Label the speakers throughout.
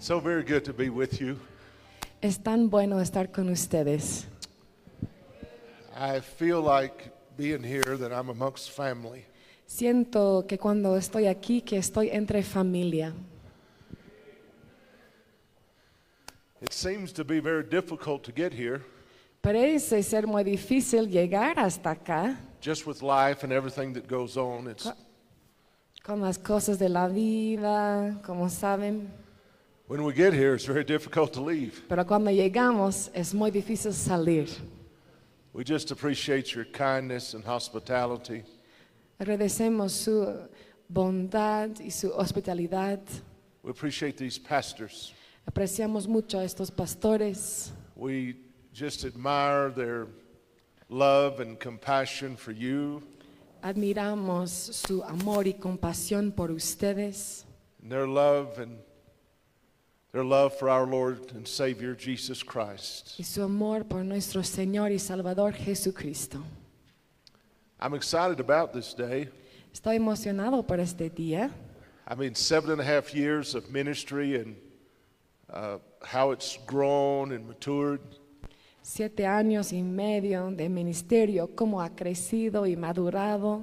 Speaker 1: So very good to be with you.
Speaker 2: Es tan bueno estar con ustedes.
Speaker 1: I feel like being here that I'm amongst family.
Speaker 2: Siento que cuando estoy aquí, que estoy entre familia.
Speaker 1: It seems to be very difficult to get here
Speaker 2: Parece ser muy difícil llegar hasta acá
Speaker 1: just with life and everything that goes on. It's
Speaker 2: con las cosas de la vida, como saben.
Speaker 1: when we get here it's very difficult to leave.
Speaker 2: Pero cuando llegamos es muy difícil salir.
Speaker 1: We just appreciate your kindness and hospitality.
Speaker 2: Agradecemos su bondad y su hospitalidad.
Speaker 1: We appreciate these pastors.
Speaker 2: Apreciamos mucho a estos pastores.
Speaker 1: We just admire their love and compassion for you
Speaker 2: Admiramos su amor y compasión por ustedes.
Speaker 1: and their love and their love for our Lord and Savior Jesus Christ.
Speaker 2: y su amor por nuestro Señor y Salvador Jesucristo.
Speaker 1: I'm excited about this day.
Speaker 2: Estoy emocionado por este día.
Speaker 1: I mean, seven and a half years of ministry and uh, how it's grown and matured.
Speaker 2: Siete años y medio de ministerio, cómo ha crecido y madurado.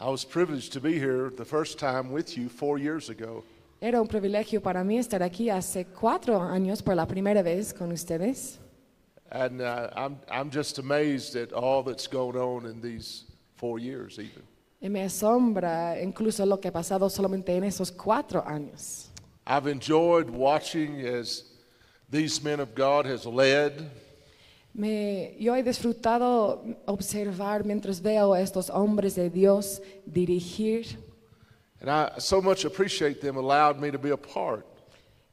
Speaker 1: I was privileged to be here the first time with you four years ago.
Speaker 2: Era un privilegio para mí estar aquí hace cuatro años por la primera vez con ustedes.
Speaker 1: And uh, I'm, I'm just amazed at all that's going on in these four years, even.
Speaker 2: Y me asombra incluso lo que ha pasado solamente en esos cuatro años.
Speaker 1: I've enjoyed watching as these men of God has led.
Speaker 2: Me- yo he disfrutado observar mientras veo a estos hombres de Dios dirigir.
Speaker 1: And I so much appreciate them allowed me to be a part.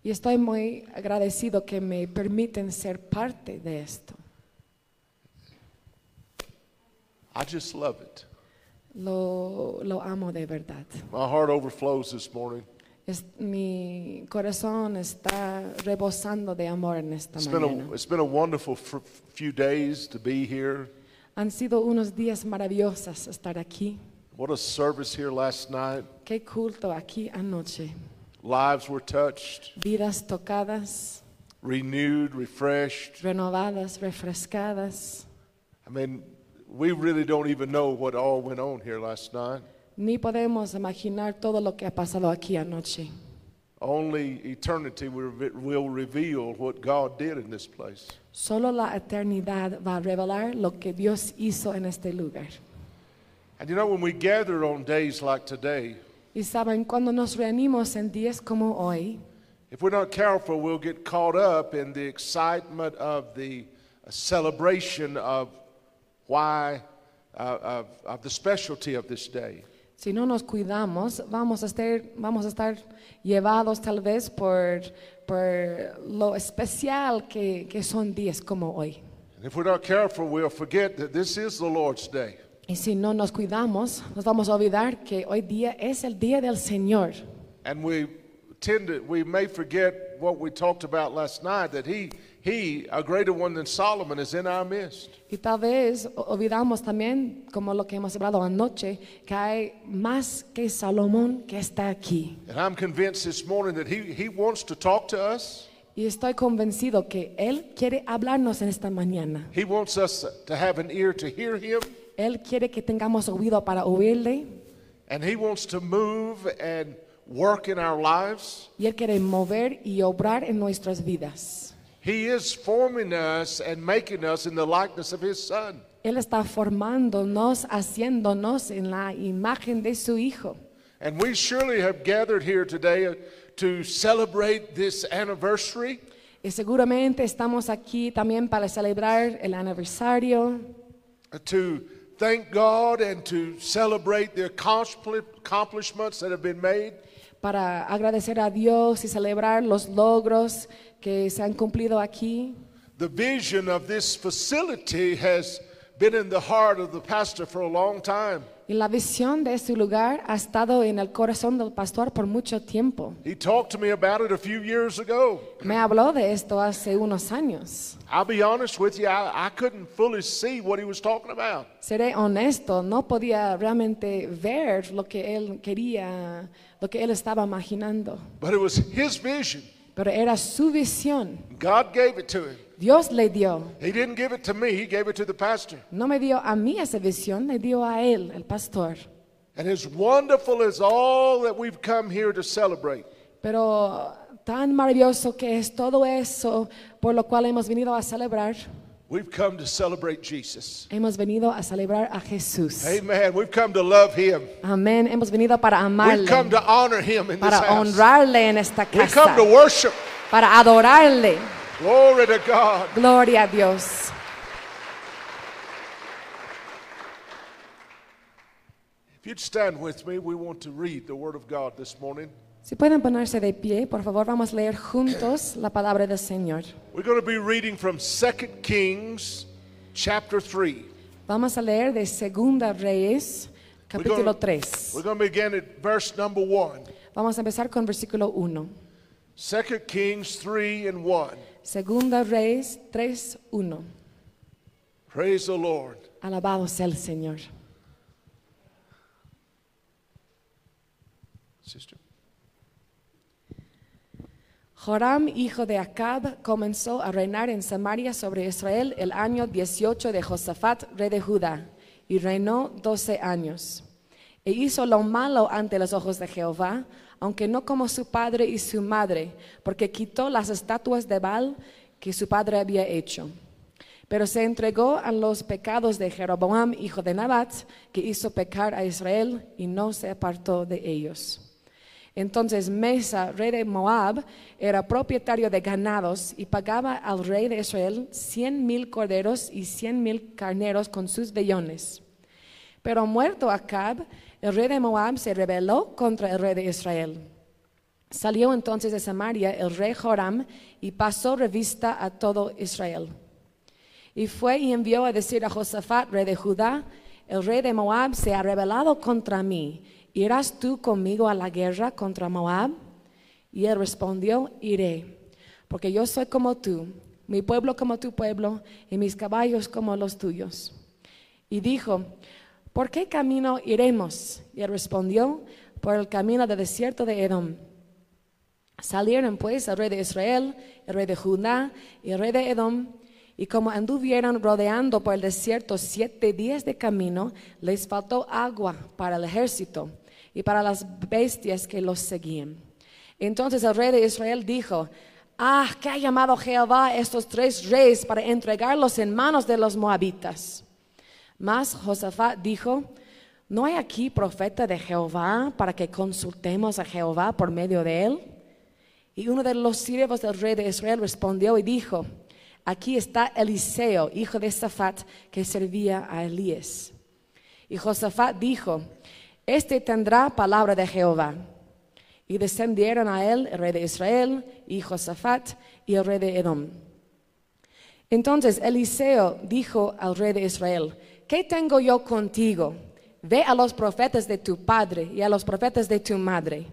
Speaker 2: Y estoy muy agradecido que me permiten ser parte de esto.
Speaker 1: I just love it.
Speaker 2: Lo, lo amo de verdad.
Speaker 1: My heart overflows this morning.
Speaker 2: Es- mi corazón está rebosando de amor en esta
Speaker 1: It's been
Speaker 2: mañana.
Speaker 1: a, it's been a wonderful f- few days to be here.
Speaker 2: Han sido unos días maravillosos estar aquí.
Speaker 1: What a service here last night.
Speaker 2: Qué culto aquí anoche.
Speaker 1: Lives were touched,
Speaker 2: Vidas tocadas,
Speaker 1: renewed, refreshed.
Speaker 2: renovadas, refrescadas.
Speaker 1: I mean, we really don't even know what all went on here last night.
Speaker 2: Ni podemos imaginar todo lo que ha pasado aquí anoche.
Speaker 1: Only eternity will re- will reveal what God did in this place.
Speaker 2: Solo la eternidad va a revelar lo que Dios hizo en este lugar.
Speaker 1: And you know, when we gather on days like today,
Speaker 2: Y saben, cuando nos reunimos en días como hoy,
Speaker 1: if we're not careful, we'll get caught up in the excitement of the uh, celebration of why, uh, of, of the specialty of this day.
Speaker 2: si no nos cuidamos, vamos a estar, vamos a estar llevados tal vez por, por lo especial que, que son días como hoy.
Speaker 1: And if we're not careful, we'll forget that this is the Lord's day.
Speaker 2: Y si no nos cuidamos, nos vamos a olvidar que hoy día es el día del Señor.
Speaker 1: And we tend to, we may forget what we talked about last night that he, he, a greater one than Solomon, is in our midst.
Speaker 2: Y tal vez o- olvidamos también, como lo que hemos hablado anoche, que hay más que Salomón que está aquí.
Speaker 1: And I'm convinced this morning that he, he wants to talk to us.
Speaker 2: Y estoy convencido que Él quiere hablarnos en esta mañana.
Speaker 1: He wants us to have an ear to hear him.
Speaker 2: Él quiere que tengamos oído para oírle
Speaker 1: And he wants to move and work in our lives.
Speaker 2: y Él quiere mover y obrar en nuestras vidas.
Speaker 1: He is forming us and making us in the likeness of his son.
Speaker 2: Él está formándonos, haciéndonos en la imagen de su Hijo.
Speaker 1: And we surely have gathered here today uh, to celebrate this anniversary.
Speaker 2: Y seguramente estamos aquí también para celebrar el aniversario,
Speaker 1: uh, to thank God and to celebrate the accompli- accomplishments that have been made.
Speaker 2: para agradecer a Dios y celebrar los logros que se han cumplido aquí.
Speaker 1: The vision of this facility has been in the heart of the pastor for a long time.
Speaker 2: Y la visión de este lugar ha estado en el corazón del pastor por mucho tiempo.
Speaker 1: He talked to me about it a few years ago.
Speaker 2: Me habló de esto hace unos años.
Speaker 1: I'll be honest with you, I, I couldn't fully see what he was talking about.
Speaker 2: Seré honesto, no podía realmente ver lo que él quería, lo que él estaba imaginando,
Speaker 1: But it was his vision.
Speaker 2: pero era su visión.
Speaker 1: God gave it to him.
Speaker 2: Dios le dio.
Speaker 1: He didn't give it to me, he gave it to the pastor.
Speaker 2: No me dio a mí esa visión, le dio a él, el pastor.
Speaker 1: And as wonderful as all that we've come here to celebrate,
Speaker 2: Pero tan maravilloso que es todo eso por lo cual hemos venido a celebrar.
Speaker 1: we've come to celebrate Jesus.
Speaker 2: Hemos venido a celebrar a Jesús.
Speaker 1: Amen. We've come to love him.
Speaker 2: Amén. Hemos venido para
Speaker 1: We've
Speaker 2: amarle,
Speaker 1: come to honor him in this
Speaker 2: para
Speaker 1: house.
Speaker 2: honrarle en esta
Speaker 1: We come
Speaker 2: casa,
Speaker 1: to worship.
Speaker 2: para adorarle.
Speaker 1: Glory to God.
Speaker 2: Gloria a Dios.
Speaker 1: If you'd stand with me, we want to read the Word of God this morning.
Speaker 2: Si pueden ponerse de pie, por favor, vamos a leer juntos la palabra del Señor.
Speaker 1: We're going to be reading from 2 Kings chapter 3.
Speaker 2: Vamos a leer de Segunda Reyes,
Speaker 1: We're gonna-
Speaker 2: capítulo 3.
Speaker 1: We're going to begin at verse number 1.
Speaker 2: Vamos a empezar con versículo 1.
Speaker 1: 2 Kings 3 and 1.
Speaker 2: Segunda Reyes 3, 1.
Speaker 1: Praise the Lord.
Speaker 2: Alabado sea el Señor.
Speaker 1: Sister.
Speaker 2: Joram, hijo de Acab, comenzó a reinar en Samaria sobre Israel el año 18 de Josafat, rey de Judá, y reinó 12 años. E hizo lo malo ante los ojos de Jehová, aunque no como su padre y su madre, porque quitó las estatuas de Baal que su padre había hecho. Pero se entregó a los pecados de Jeroboam, hijo de Nabat, que hizo pecar a Israel y no se apartó de ellos. Entonces Mesa, rey de Moab, era propietario de ganados y pagaba al rey de Israel cien mil corderos y cien mil carneros con sus vellones. Pero muerto Acab, el rey de Moab se rebeló contra el rey de Israel. Salió entonces de Samaria el rey Joram y pasó revista a todo Israel. Y fue y envió a decir a Josafat, rey de Judá, el rey de Moab se ha rebelado contra mí. ¿Irás tú conmigo a la guerra contra Moab? Y él respondió, iré, porque yo soy como tú, mi pueblo como tu pueblo, y mis caballos como los tuyos. Y dijo, ¿por qué camino iremos? Y él respondió, por el camino del desierto de Edom. Salieron pues el rey de Israel, el rey de Judá y el rey de Edom, y como anduvieron rodeando por el desierto siete días de camino, les faltó agua para el ejército y para las bestias que los seguían. Entonces el rey de Israel dijo, Ah, que ha llamado Jehová a estos tres reyes para entregarlos en manos de los moabitas. Mas Josafat dijo, ¿no hay aquí profeta de Jehová para que consultemos a Jehová por medio de él? Y uno de los siervos del rey de Israel respondió y dijo, aquí está Eliseo, hijo de Safat, que servía a Elías. Y Josafat dijo, este tendrá palabra de Jehová. Y descendieron a él el rey de Israel, y Josafat, y el rey de Edom. Entonces Eliseo dijo al rey de Israel, ¿qué tengo yo contigo? Ve a los profetas de tu padre y a los profetas de tu madre.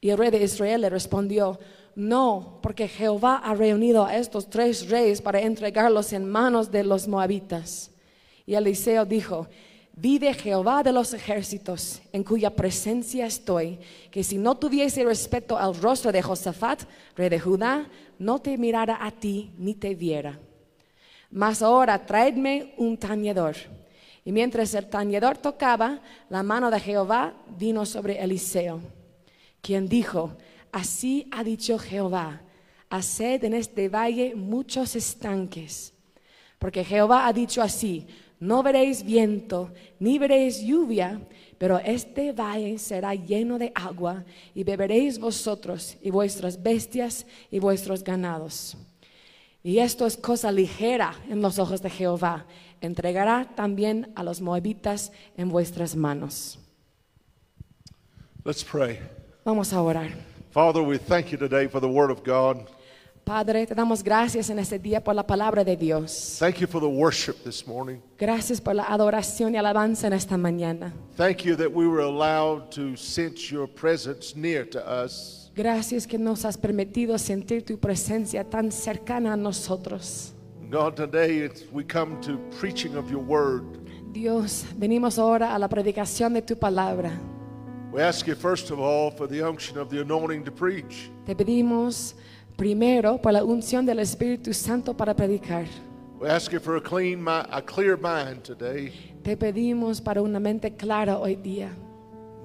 Speaker 2: Y el rey de Israel le respondió, no, porque Jehová ha reunido a estos tres reyes para entregarlos en manos de los moabitas. Y Eliseo dijo, vive Jehová de los ejércitos, en cuya presencia estoy, que si no tuviese respeto al rostro de Josafat, rey de Judá, no te mirara a ti ni te viera. Mas ahora traedme un tañedor. Y mientras el tañedor tocaba, la mano de Jehová vino sobre Eliseo, quien dijo, así ha dicho Jehová, haced en este valle muchos estanques. Porque Jehová ha dicho así, no veréis viento, ni veréis lluvia, pero este valle será lleno de agua, y beberéis vosotros y vuestras bestias y vuestros ganados. Y esto es cosa ligera en los ojos de Jehová. Entregará también a los moabitas en vuestras manos.
Speaker 1: Let's pray.
Speaker 2: Vamos a orar.
Speaker 1: Father, we thank you today for the Word of God.
Speaker 2: Padre, te damos gracias en este día por la palabra de Dios.
Speaker 1: Thank you for the worship this morning.
Speaker 2: Gracias por la adoración y alabanza en esta mañana.
Speaker 1: Thank you that we were allowed to sense your presence near to us.
Speaker 2: Gracias que nos has permitido sentir tu presencia tan cercana a nosotros.
Speaker 1: God, today it's, we come to preaching of your Word.
Speaker 2: Dios, venimos ahora a la predicación de tu palabra.
Speaker 1: We ask you, first of all, for the unction of the anointing to preach.
Speaker 2: Te pedimos primero por la unción del Espíritu Santo para predicar.
Speaker 1: We ask you for a clean mi- a clear mind today.
Speaker 2: Te pedimos para una mente clara hoy día.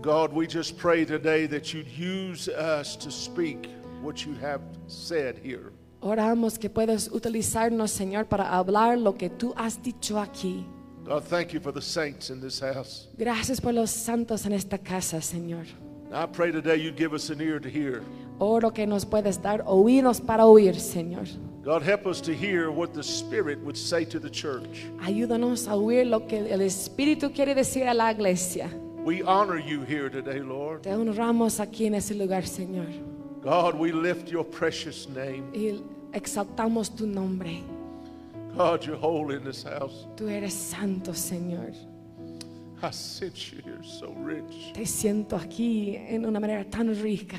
Speaker 1: God, we just pray today that you'd use us to speak what you have said here.
Speaker 2: Oramos que puedas utilizarnos, Señor, para hablar lo que tú has dicho aquí.
Speaker 1: God, thank you for the saints in this house.
Speaker 2: Gracias por los santos en esta casa, Señor.
Speaker 1: And I pray today you'd give us an ear to hear.
Speaker 2: Oro que nos puedes dar oídos para oír, Señor.
Speaker 1: God, help us to hear what the Spirit would say to the church.
Speaker 2: Ayúdanos a oír lo que el Espíritu quiere decir a la iglesia.
Speaker 1: We honor you here today, Lord.
Speaker 2: Te honramos aquí en ese lugar, Señor,
Speaker 1: God, we lift your precious name.
Speaker 2: y exaltamos tu nombre.
Speaker 1: God, you're holy in this house.
Speaker 2: Tú eres santo, Señor.
Speaker 1: I sense you here so rich.
Speaker 2: Te siento aquí en una manera tan rica.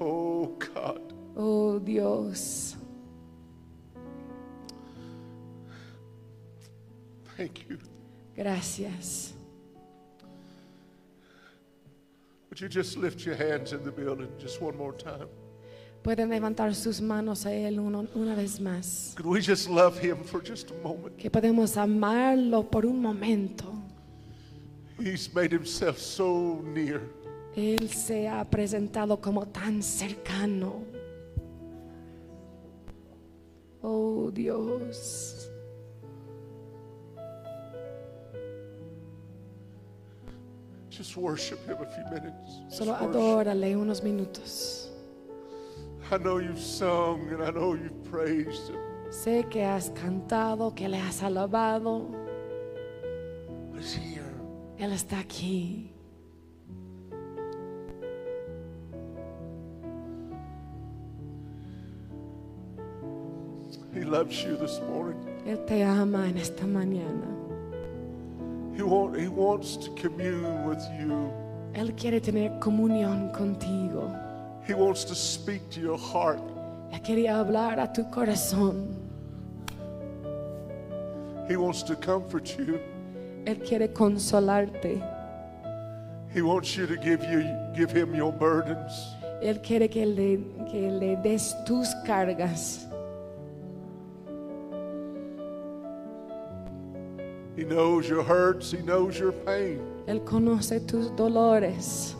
Speaker 1: Oh, God.
Speaker 2: Oh Dios,
Speaker 1: Thank you.
Speaker 2: gracias.
Speaker 1: Would you just lift your hands in the building just one more time?
Speaker 2: Pueden levantar sus manos a Él uno- una vez más.
Speaker 1: Could we just love him for just a moment?
Speaker 2: Que podemos amarlo por un momento.
Speaker 1: He's made himself so near.
Speaker 2: Él se ha presentado como tan cercano. Oh Dios,
Speaker 1: Just worship him a few minutes. Just
Speaker 2: solo
Speaker 1: worship.
Speaker 2: adórale unos minutos.
Speaker 1: I know you've sung and I know you've praised him.
Speaker 2: Sé que has cantado, que le has alabado.
Speaker 1: But he's here.
Speaker 2: Él está aquí.
Speaker 1: He loves you this morning.
Speaker 2: Él te ama en esta mañana.
Speaker 1: He, want, he wants to commune with you.
Speaker 2: Él quiere tener comunión contigo.
Speaker 1: He wants to speak to your heart.
Speaker 2: Él quiere hablar a tu corazón.
Speaker 1: He wants to comfort you.
Speaker 2: Él quiere consolarte.
Speaker 1: He wants you to give you give him your burdens.
Speaker 2: Él quiere que le, que le des tus cargas.
Speaker 1: He knows your hurts. He knows your pain.
Speaker 2: Él conoce tus dolores,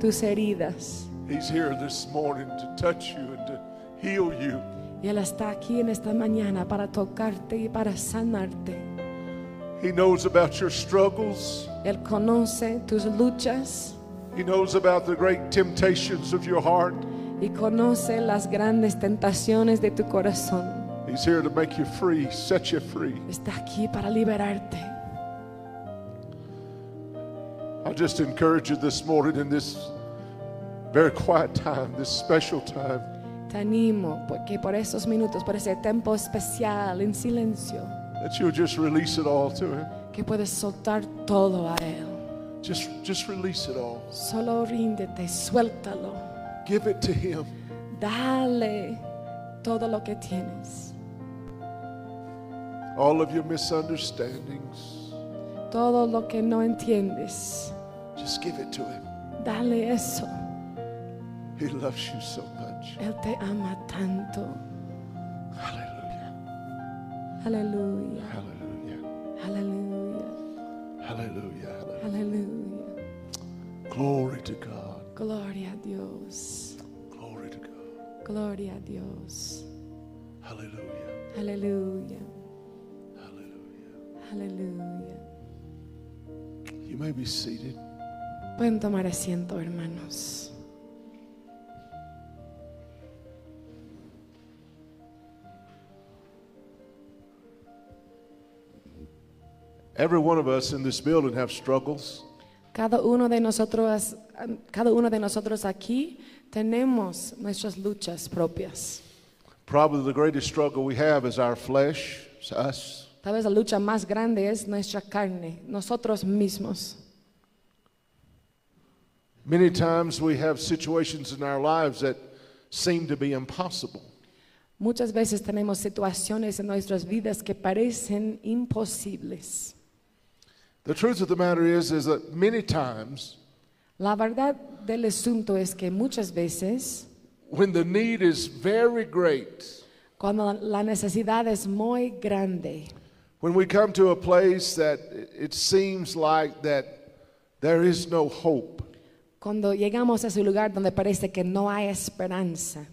Speaker 2: tus heridas.
Speaker 1: He's here this morning to touch you and to heal you.
Speaker 2: Y Él está aquí en esta mañana para tocarte y para sanarte.
Speaker 1: He knows about your struggles.
Speaker 2: Él conoce tus luchas
Speaker 1: He knows about the great temptations of your heart.
Speaker 2: y conoce las grandes tentaciones de tu corazón.
Speaker 1: He's here to make you free, set you free.
Speaker 2: Está aquí para liberarte.
Speaker 1: I just encourage you this morning in this very quiet time, this special time,
Speaker 2: Te animo porque por esos minutos, por ese tiempo especial en silencio,
Speaker 1: that you'll just release it all to Him.
Speaker 2: que puedes soltar todo a Él.
Speaker 1: Just, just release it all.
Speaker 2: Solo ríndete, suéltalo.
Speaker 1: Give it to Him.
Speaker 2: Dale todo lo que tienes.
Speaker 1: All of your misunderstandings,
Speaker 2: Todo lo que no entiendes.
Speaker 1: just give it to Him.
Speaker 2: Dale eso.
Speaker 1: He loves you so much.
Speaker 2: Él te ama tanto.
Speaker 1: Hallelujah.
Speaker 2: Aleluya.
Speaker 1: Hallelujah.
Speaker 2: Aleluya.
Speaker 1: Hallelujah. Hallelujah.
Speaker 2: Aleluya.
Speaker 1: Glory to God.
Speaker 2: Gloria a Dios.
Speaker 1: Glory to God.
Speaker 2: Gloria a Dios.
Speaker 1: Hallelujah.
Speaker 2: Aleluya.
Speaker 1: Hallelujah.
Speaker 2: Aleluya.
Speaker 1: You may be seated.
Speaker 2: Pueden tomar asiento, hermanos.
Speaker 1: Every one of us in this building have struggles.
Speaker 2: Cada uno de nosotros, cada uno de nosotros aquí tenemos nuestras luchas propias.
Speaker 1: Probably the greatest struggle we have is our flesh, it's us.
Speaker 2: Tal vez la lucha más grande es nuestra carne, nosotros mismos.
Speaker 1: Many times we have situations in our lives that seem to be impossible.
Speaker 2: Muchas veces tenemos situaciones en nuestras vidas que parecen imposibles.
Speaker 1: The truth of the matter is is that many times
Speaker 2: La verdad del asunto es que muchas veces
Speaker 1: when the need is very great,
Speaker 2: cuando la necesidad es muy grande,
Speaker 1: when we come to a place that it- it seems like that there is no hope,
Speaker 2: cuando llegamos a ese lugar donde parece que no hay esperanza,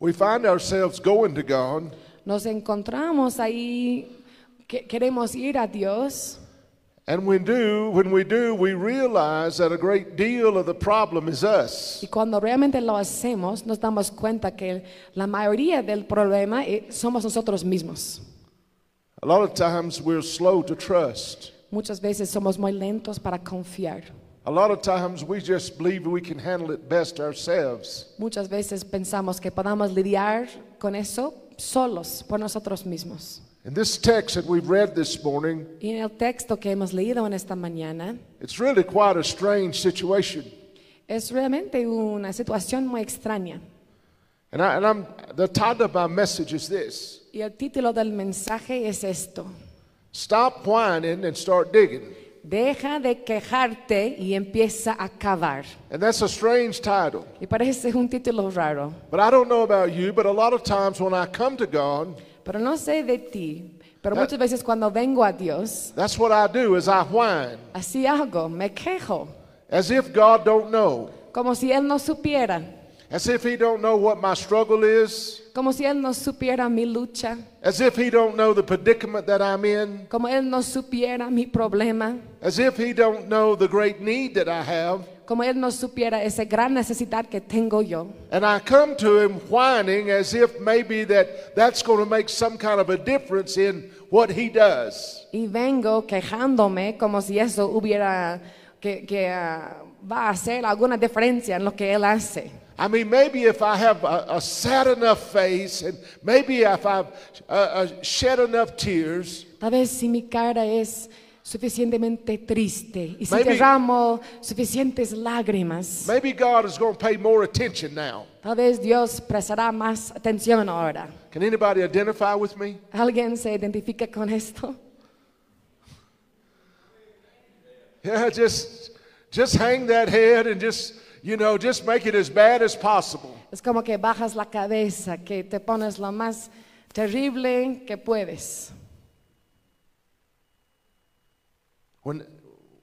Speaker 1: we find ourselves going to God
Speaker 2: nos encontramos ahí, que queremos ir a Dios
Speaker 1: And we do, when we do, we realize that a great deal of the problem is us.
Speaker 2: y cuando realmente lo hacemos nos damos cuenta que la mayoría del problema eh, somos nosotros mismos.
Speaker 1: A lot of times we're slow to trust.
Speaker 2: Muchas veces somos muy lentos para confiar.
Speaker 1: A lot of times we just believe we can handle it best ourselves.
Speaker 2: Muchas veces pensamos que podamos lidiar con eso solos, por nosotros mismos.
Speaker 1: In this text that we've read this morning,
Speaker 2: Y en el texto que hemos leído en esta mañana,
Speaker 1: it's really quite a strange situation.
Speaker 2: es realmente una situación muy extraña.
Speaker 1: And, I, and I'm, the title of my message is this
Speaker 2: Y el título del mensaje es esto.
Speaker 1: Stop whining and start digging.
Speaker 2: Deja de quejarte y empieza a cavar.
Speaker 1: And that's a strange title.
Speaker 2: Y parece un título raro,
Speaker 1: But I don't know about you, but a lot of times when I come to God,
Speaker 2: pero no sé de ti. Pero muchas veces cuando vengo a Dios,
Speaker 1: that's what I do is I whine,
Speaker 2: así hago, me quejo,
Speaker 1: as if God don't know.
Speaker 2: como si Él no supiera,
Speaker 1: As if he don't know what my struggle is.
Speaker 2: como si Él no supiera mi lucha,
Speaker 1: As if he don't know the predicament that I'm in.
Speaker 2: como Él no supiera mi problema,
Speaker 1: As if he don't know the great need that I have.
Speaker 2: como Él no supiera esa gran necesidad que tengo yo.
Speaker 1: And I come to him whining as if maybe that that's going to make some kind of a difference in what he does.
Speaker 2: Y vengo quejándome como si eso hubiera, que, que, ah, va a hacer alguna diferencia en lo que Él hace.
Speaker 1: I mean, maybe if I have a, a sad enough face and maybe if I've uh, uh, shed enough tears,
Speaker 2: Tal vez si mi cara es suficientemente triste y si
Speaker 1: Maybe-
Speaker 2: derramo suficientes lágrimas,
Speaker 1: maybe God is going to pay more attention now.
Speaker 2: tal vez Dios prestará más atención ahora.
Speaker 1: Can anybody identify with me?
Speaker 2: ¿Alguien se identifica con esto?
Speaker 1: Yeah, just just hang that head and just you know just make it as bad as possible.
Speaker 2: Es como que bajas la cabeza, que te pones lo más terrible que puedes.
Speaker 1: When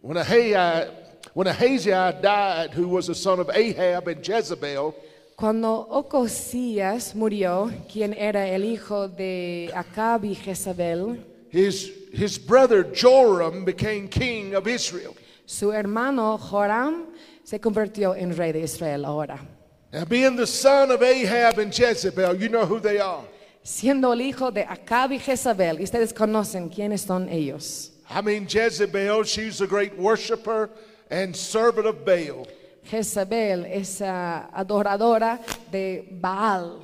Speaker 1: when a Ahai, when Ahaziah died, who was the son of Ahab and Jezebel,
Speaker 2: Cuando Ocosías murió, quien era el hijo de Acab y Jezabel,
Speaker 1: his his brother Joram became king of Israel.
Speaker 2: su hermano Joram se convirtió en rey de Israel ahora.
Speaker 1: Now, being the son of Ahab and Jezebel, you know who they are.
Speaker 2: Siendo el hijo de Acab y Jezabel, y ustedes conocen quiénes son ellos.
Speaker 1: I mean, Jezebel, she's a great worshiper and servant of Baal.
Speaker 2: Jezabel es ah, adoradora de Baal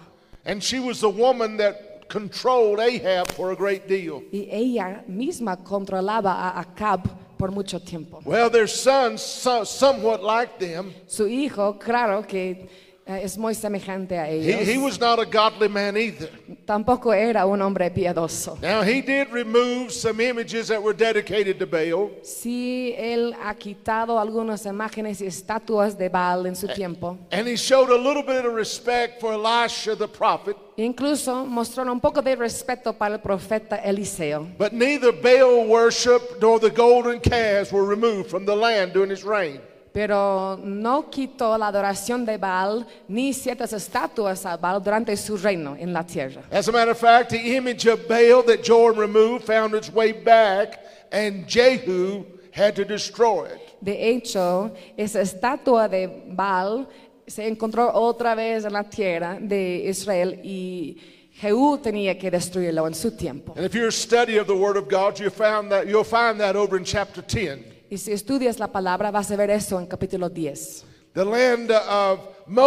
Speaker 1: And she was the woman that controlled Ahab for a great deal.
Speaker 2: y ella misma controlaba a Acab por mucho tiempo.
Speaker 1: Well, their sons, so, somewhat like them,
Speaker 2: Su hijo, claro que ah, es muy semejante a
Speaker 1: he,
Speaker 2: ellos.
Speaker 1: he was not a godly man either.
Speaker 2: Tampoco era un hombre piadoso.
Speaker 1: Now, he did remove some images that were dedicated to Baal,
Speaker 2: Sí, él ha quitado algunas imágenes y estatuas de Baal
Speaker 1: Eh.
Speaker 2: en su tiempo.
Speaker 1: and he showed a little bit of respect for Elisha the prophet,
Speaker 2: Incluso mostró un poco de respeto para el profeta Eliseo.
Speaker 1: but neither Baal worship nor the golden calves were removed from the land during his reign.
Speaker 2: Pero no quitó la adoración de Baal ni ciertas estatuas a Baal durante su reino en la tierra.
Speaker 1: As a matter of fact, the image of Baal that Joram removed found its way back, and Jehu had to destroy it.
Speaker 2: De hecho, esa estatua de Baal se encontró otra vez en la tierra de Israel y Jehú tenía que destruirlo en su tiempo.
Speaker 1: And if you're a study of the Word of God, you found that you'll find that over in chapter 10.
Speaker 2: Y si estudias la palabra vas a ver eso en capítulo 10.
Speaker 1: The land of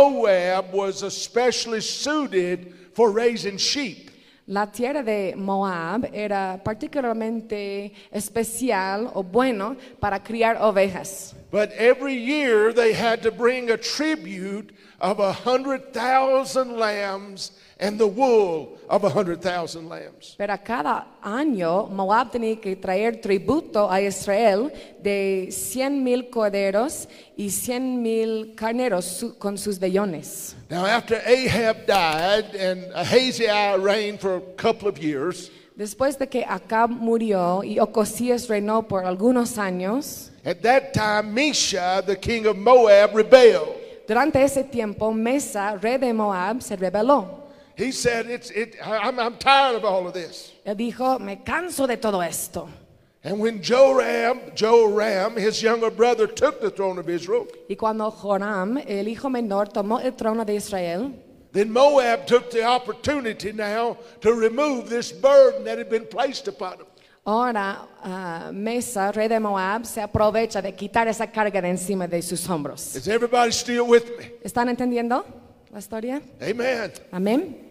Speaker 1: Moab was especially suited for raising sheep.
Speaker 2: La tierra de Moab era particularmente especial o bueno para criar ovejas.
Speaker 1: But every year they had to bring a tribute of a hundred thousand lambs and the wool of a hundred thousand lambs.
Speaker 2: Pero a cada año Moab tenía que traer tributo a Israel de 100 mil corderos y 100 mil carneros su- con sus vellones.
Speaker 1: Now, after Ahab died and Ahaziah reigned for a couple of years,
Speaker 2: Después de que Acab murió y Ocosías reinó por algunos años,
Speaker 1: at that time Misha, the king of Moab, rebelled.
Speaker 2: durante ese tiempo Mesa, rey de Moab, se rebeló.
Speaker 1: He said, it's, it, I'm, I'm tired of all of this.
Speaker 2: Él dijo, me canso de todo esto.
Speaker 1: And when Joram, Joram, his younger brother, took the throne of Israel,
Speaker 2: Y cuando Joram, el hijo menor, tomó el trono de Israel,
Speaker 1: then Moab took the opportunity now to remove this burden that had been placed upon him.
Speaker 2: ahora ah, Mesa, rey de Moab, se aprovecha de quitar esa carga de encima de sus hombros.
Speaker 1: Is everybody still with me?
Speaker 2: ¿Están entendiendo la historia?
Speaker 1: Amen.
Speaker 2: Amén.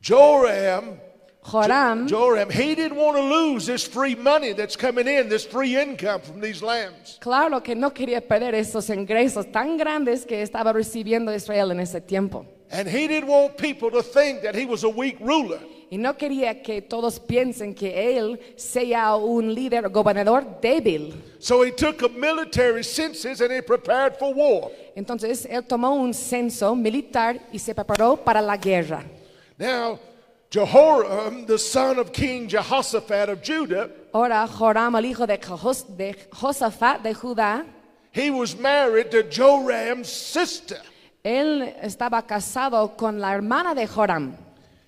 Speaker 1: Joram,
Speaker 2: Joram,
Speaker 1: Joram, he didn't want to lose this free money that's coming in, this free income from these lambs.
Speaker 2: claro que no quería perder esos ingresos tan grandes que estaba recibiendo Israel en ese tiempo.
Speaker 1: And he didn't want people to think that he was a weak ruler.
Speaker 2: Y no quería que todos piensen que él sea un líder o gobernador débil.
Speaker 1: So he took a military census and he prepared for war.
Speaker 2: Entonces él tomó un censo militar y se preparó para la guerra.
Speaker 1: Now, Jehoram, the son of King Jehoshaphat of Judah,
Speaker 2: Ahora Joram, el hijo de, Jos- de Josafat de Judá,
Speaker 1: he was married to Joram's sister,
Speaker 2: él estaba casado con la hermana de Joram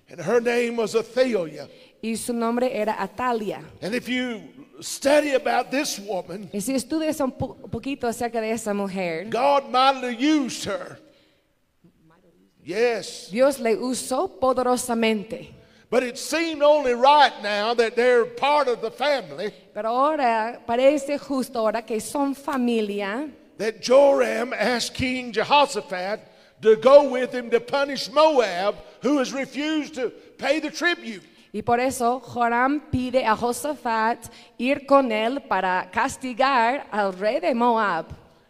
Speaker 1: and her name was Athaliah.
Speaker 2: y su nombre era Atalia.
Speaker 1: And if you study about this woman,
Speaker 2: Y si estudias un po- poquito acerca de esa mujer,
Speaker 1: God mightily used her. Yes.
Speaker 2: Dios le usó poderosamente.
Speaker 1: But it seemed only right now that they're part of the family
Speaker 2: Pero ahora parece justo ahora que son familia
Speaker 1: that Joram asked King Jehoshaphat to go with him to punish Moab, who has refused to pay the tribute.
Speaker 2: Y por eso Joram pide a Josafat ir con él para castigar al rey de Moab.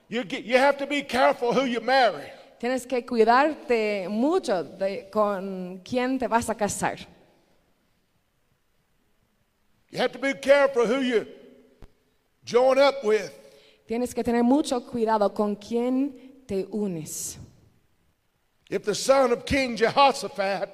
Speaker 1: You, get, you have to be careful who you marry.
Speaker 2: Tienes que cuidarte mucho de con quién te vas a casar.
Speaker 1: You have to be careful who you join up with.
Speaker 2: Tienes que tener mucho cuidado con quién te unes.
Speaker 1: If the son of King Jehoshaphat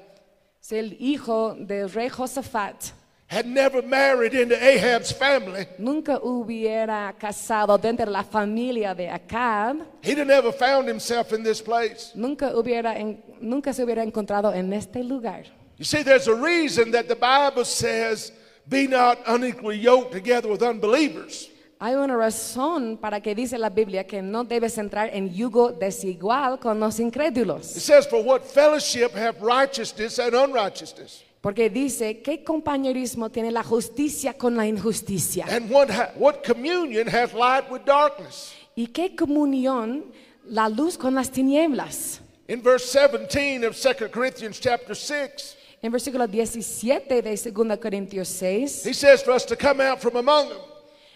Speaker 2: Si el hijo del rey Josafat
Speaker 1: had never married into Ahab's family,
Speaker 2: nunca hubiera casado dentro de la familia de Acab,
Speaker 1: he'd have never found himself in this place.
Speaker 2: nunca, hubiera en- nunca se hubiera encontrado en este lugar.
Speaker 1: You see, there's a reason that the Bible says, be not unequally yoked together with unbelievers.
Speaker 2: Hay una razón para que dice la Biblia que no debes entrar en yugo desigual con los
Speaker 1: It
Speaker 2: incrédulos,
Speaker 1: says, for what fellowship have righteousness and unrighteousness?
Speaker 2: porque dice qué compañerismo tiene la justicia con la injusticia
Speaker 1: And what, ha- what communion hath light with darkness?
Speaker 2: y qué comunión la luz con las tinieblas.
Speaker 1: In verse 17 of 2 Corinthians chapter 6,
Speaker 2: En versículo 17 de 2 Corintios 6,
Speaker 1: He says for us to come out from among them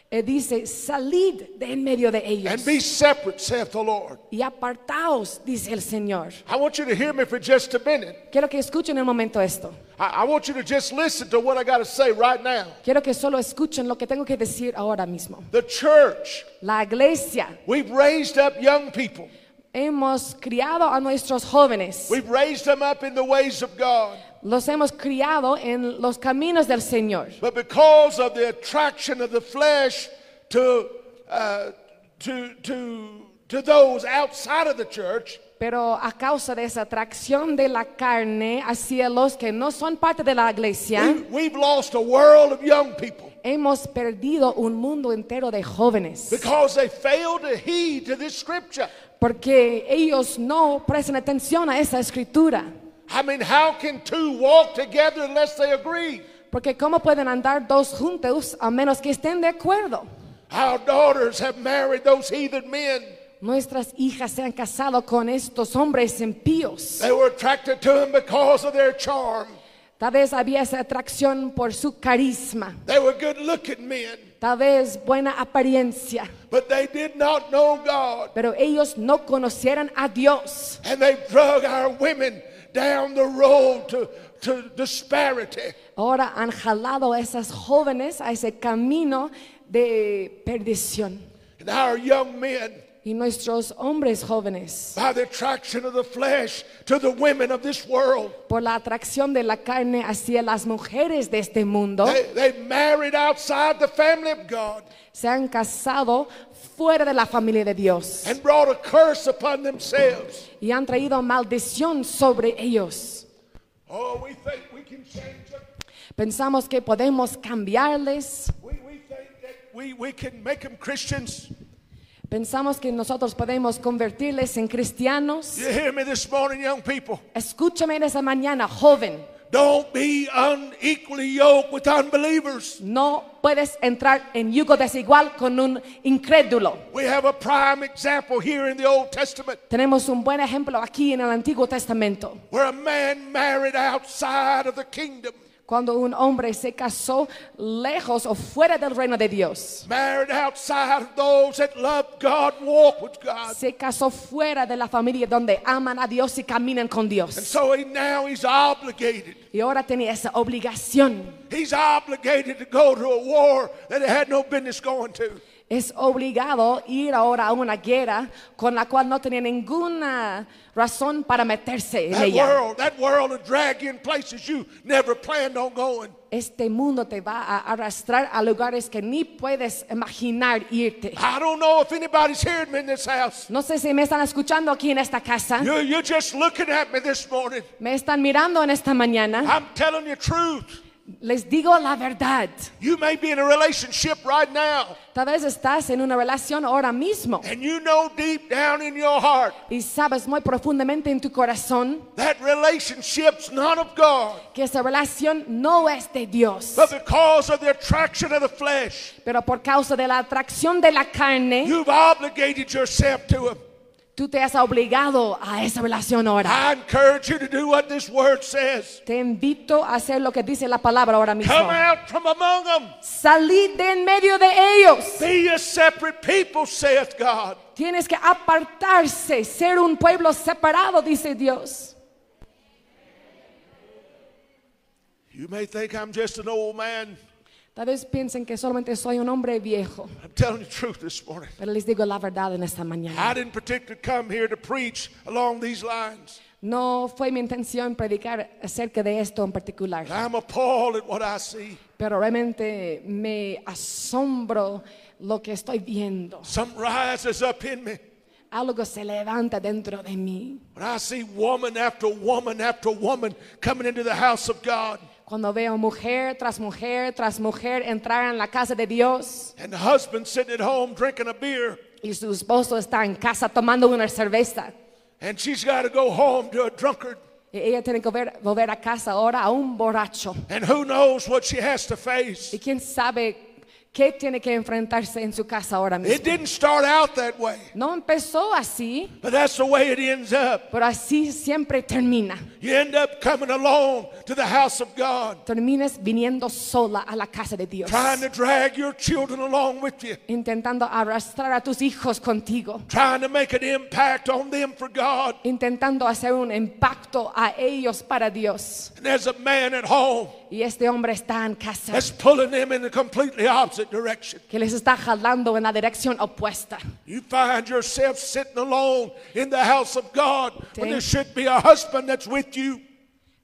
Speaker 2: eh, dice, salid de en medio de
Speaker 1: and
Speaker 2: ellos
Speaker 1: be separate, saith the Lord.
Speaker 2: y apartaos, dice el Señor.
Speaker 1: I want you to hear me for just a minute.
Speaker 2: Quiero que escuchen un momento esto.
Speaker 1: I, I want you to just listen to what I got to say right now.
Speaker 2: Quiero que solo escuchen lo que tengo que decir ahora mismo.
Speaker 1: The church,
Speaker 2: La iglesia
Speaker 1: we've raised up young people,
Speaker 2: Hemos criado a nuestros jóvenes.
Speaker 1: we've raised them up in the ways of God.
Speaker 2: Los hemos criado en los caminos del Señor.
Speaker 1: But because of the attraction of the flesh to, uh, to, to, to those outside of the church,
Speaker 2: Pero a causa de esa atracción de la carne hacia los que no son parte de la iglesia,
Speaker 1: we, we've lost a world of young people
Speaker 2: hemos perdido un mundo entero de jóvenes.
Speaker 1: because they fail to heed to this scripture.
Speaker 2: Porque ellos no prestan atención a esa escritura.
Speaker 1: I mean, how can two walk together unless they agree?
Speaker 2: Porque ¿cómo pueden andar dos juntos a menos que estén de acuerdo?
Speaker 1: Our daughters have married those heathen men.
Speaker 2: Nuestras hijas se han casado con estos hombres impíos.
Speaker 1: They were attracted to him because of their charm.
Speaker 2: Tal vez había esa atracción por su carisma,
Speaker 1: They were good looking men,
Speaker 2: tal vez buena apariencia,
Speaker 1: but they did not know God.
Speaker 2: pero ellos no conocieran a Dios
Speaker 1: And they drug our women down the road to, to disparity.
Speaker 2: Ahora han jalado a esas jóvenes a ese camino de perdición.
Speaker 1: And our young men,
Speaker 2: Y nuestros hombres jóvenes,
Speaker 1: by the attraction of the flesh to the women of this world,
Speaker 2: por la atracción de la carne hacia las mujeres de este mundo,
Speaker 1: they, they married outside the family of God
Speaker 2: se han casado fuera de la familia de Dios
Speaker 1: and brought a curse upon themselves.
Speaker 2: y han traído maldición sobre ellos.
Speaker 1: Oh, we think we can change them.
Speaker 2: Pensamos que podemos cambiarles,
Speaker 1: We, we think that we, we can make them Christians.
Speaker 2: pensamos que nosotros podemos convertirles en cristianos.
Speaker 1: You hear me this morning, young people?
Speaker 2: Escúchame en esa mañana, joven.
Speaker 1: Don't be unequally yoked with unbelievers.
Speaker 2: No puedes entrar en yugo desigual con un incrédulo.
Speaker 1: We have a prime example here in the Old Testament
Speaker 2: Tenemos un buen ejemplo aquí en el Antiguo Testamento,
Speaker 1: where a man married outside of the kingdom,
Speaker 2: cuando un hombre se casó lejos o fuera del reino de Dios.
Speaker 1: married outside of those that love God, walk with God.
Speaker 2: Se casó fuera de la familia donde aman a Dios y caminan con
Speaker 1: And
Speaker 2: Dios.
Speaker 1: so he, now he's obligated.
Speaker 2: Y ahora tenía esa obligación.
Speaker 1: He's obligated to go to a war that he had no business going to.
Speaker 2: Es obligado ir ahora a una guerra con la cual no tenía ninguna razón para meterse en
Speaker 1: That
Speaker 2: ella.
Speaker 1: world, that world will drag you in places you never planned on going.
Speaker 2: Este mundo te va a arrastrar a lugares que ni puedes imaginar irte.
Speaker 1: I don't know if anybody's hearing me in this house.
Speaker 2: No sé si me están escuchando aquí en esta casa.
Speaker 1: You, you're just looking at me this morning.
Speaker 2: Me están mirando en esta mañana.
Speaker 1: I'm telling you truth.
Speaker 2: Les digo la verdad.
Speaker 1: You may be in a relationship right now,
Speaker 2: Tal vez estás en una relación ahora mismo
Speaker 1: and you know deep down in your heart
Speaker 2: y sabes muy profundamente en tu corazón
Speaker 1: that relationship's not of God.
Speaker 2: que esa relación no es de Dios.
Speaker 1: But because of the attraction of the flesh,
Speaker 2: Pero por causa de la atracción de la carne,
Speaker 1: you've obligated yourself to Him.
Speaker 2: tú te has obligado a esa relación ahora.
Speaker 1: I encourage you to do what this word says.
Speaker 2: Te invito a hacer lo que dice la palabra ahora mismo.
Speaker 1: Come out from among them.
Speaker 2: Salid de en medio de ellos.
Speaker 1: Be ye separate people, saith God.
Speaker 2: Tienes que apartarse, ser un pueblo separado, dice Dios.
Speaker 1: You may think I'm just an old man.
Speaker 2: Tal vez piensen que solamente soy un hombre viejo,
Speaker 1: I'm telling you the truth this morning.
Speaker 2: pero les digo la verdad en esta mañana.
Speaker 1: I didn't particularly come here to preach along these lines.
Speaker 2: No fue mi intención predicar acerca de esto en particular,
Speaker 1: I'm appalled at what I see.
Speaker 2: pero realmente me asombro lo que estoy viendo.
Speaker 1: Something rises up in me
Speaker 2: Algo se levanta dentro de mí
Speaker 1: when I see woman after woman after woman coming into the house of God
Speaker 2: cuando veo mujer tras mujer tras mujer entrar en la casa de Dios
Speaker 1: and the husband sitting at home drinking a beer
Speaker 2: y su esposo está en casa tomando una cerveza.
Speaker 1: and she's got to go home to a drunkard
Speaker 2: Y ella tiene que volver, volver a casa ahora a un borracho.
Speaker 1: and who knows what she has to face.
Speaker 2: Y quién sabe qué tiene que enfrentarse en su casa ahora mismo.
Speaker 1: It didn't start out that way,
Speaker 2: No empezó así,
Speaker 1: but that's the way it ends up.
Speaker 2: pero así siempre termina.
Speaker 1: You end up coming alone to the house of God,
Speaker 2: Terminas viniendo sola a la casa de Dios,
Speaker 1: trying to drag your children along with you,
Speaker 2: intentando arrastrar a tus hijos contigo,
Speaker 1: trying to make an impact on them for God.
Speaker 2: intentando hacer un impacto a ellos para Dios.
Speaker 1: And there's a man at home
Speaker 2: Y este hombre está en casa
Speaker 1: that's pulling them in the completely opposite direction.
Speaker 2: que les está jalando en la dirección opuesta.
Speaker 1: You find yourself sitting alone in the house of God when
Speaker 2: Thank-
Speaker 1: there should be a husband that's with you.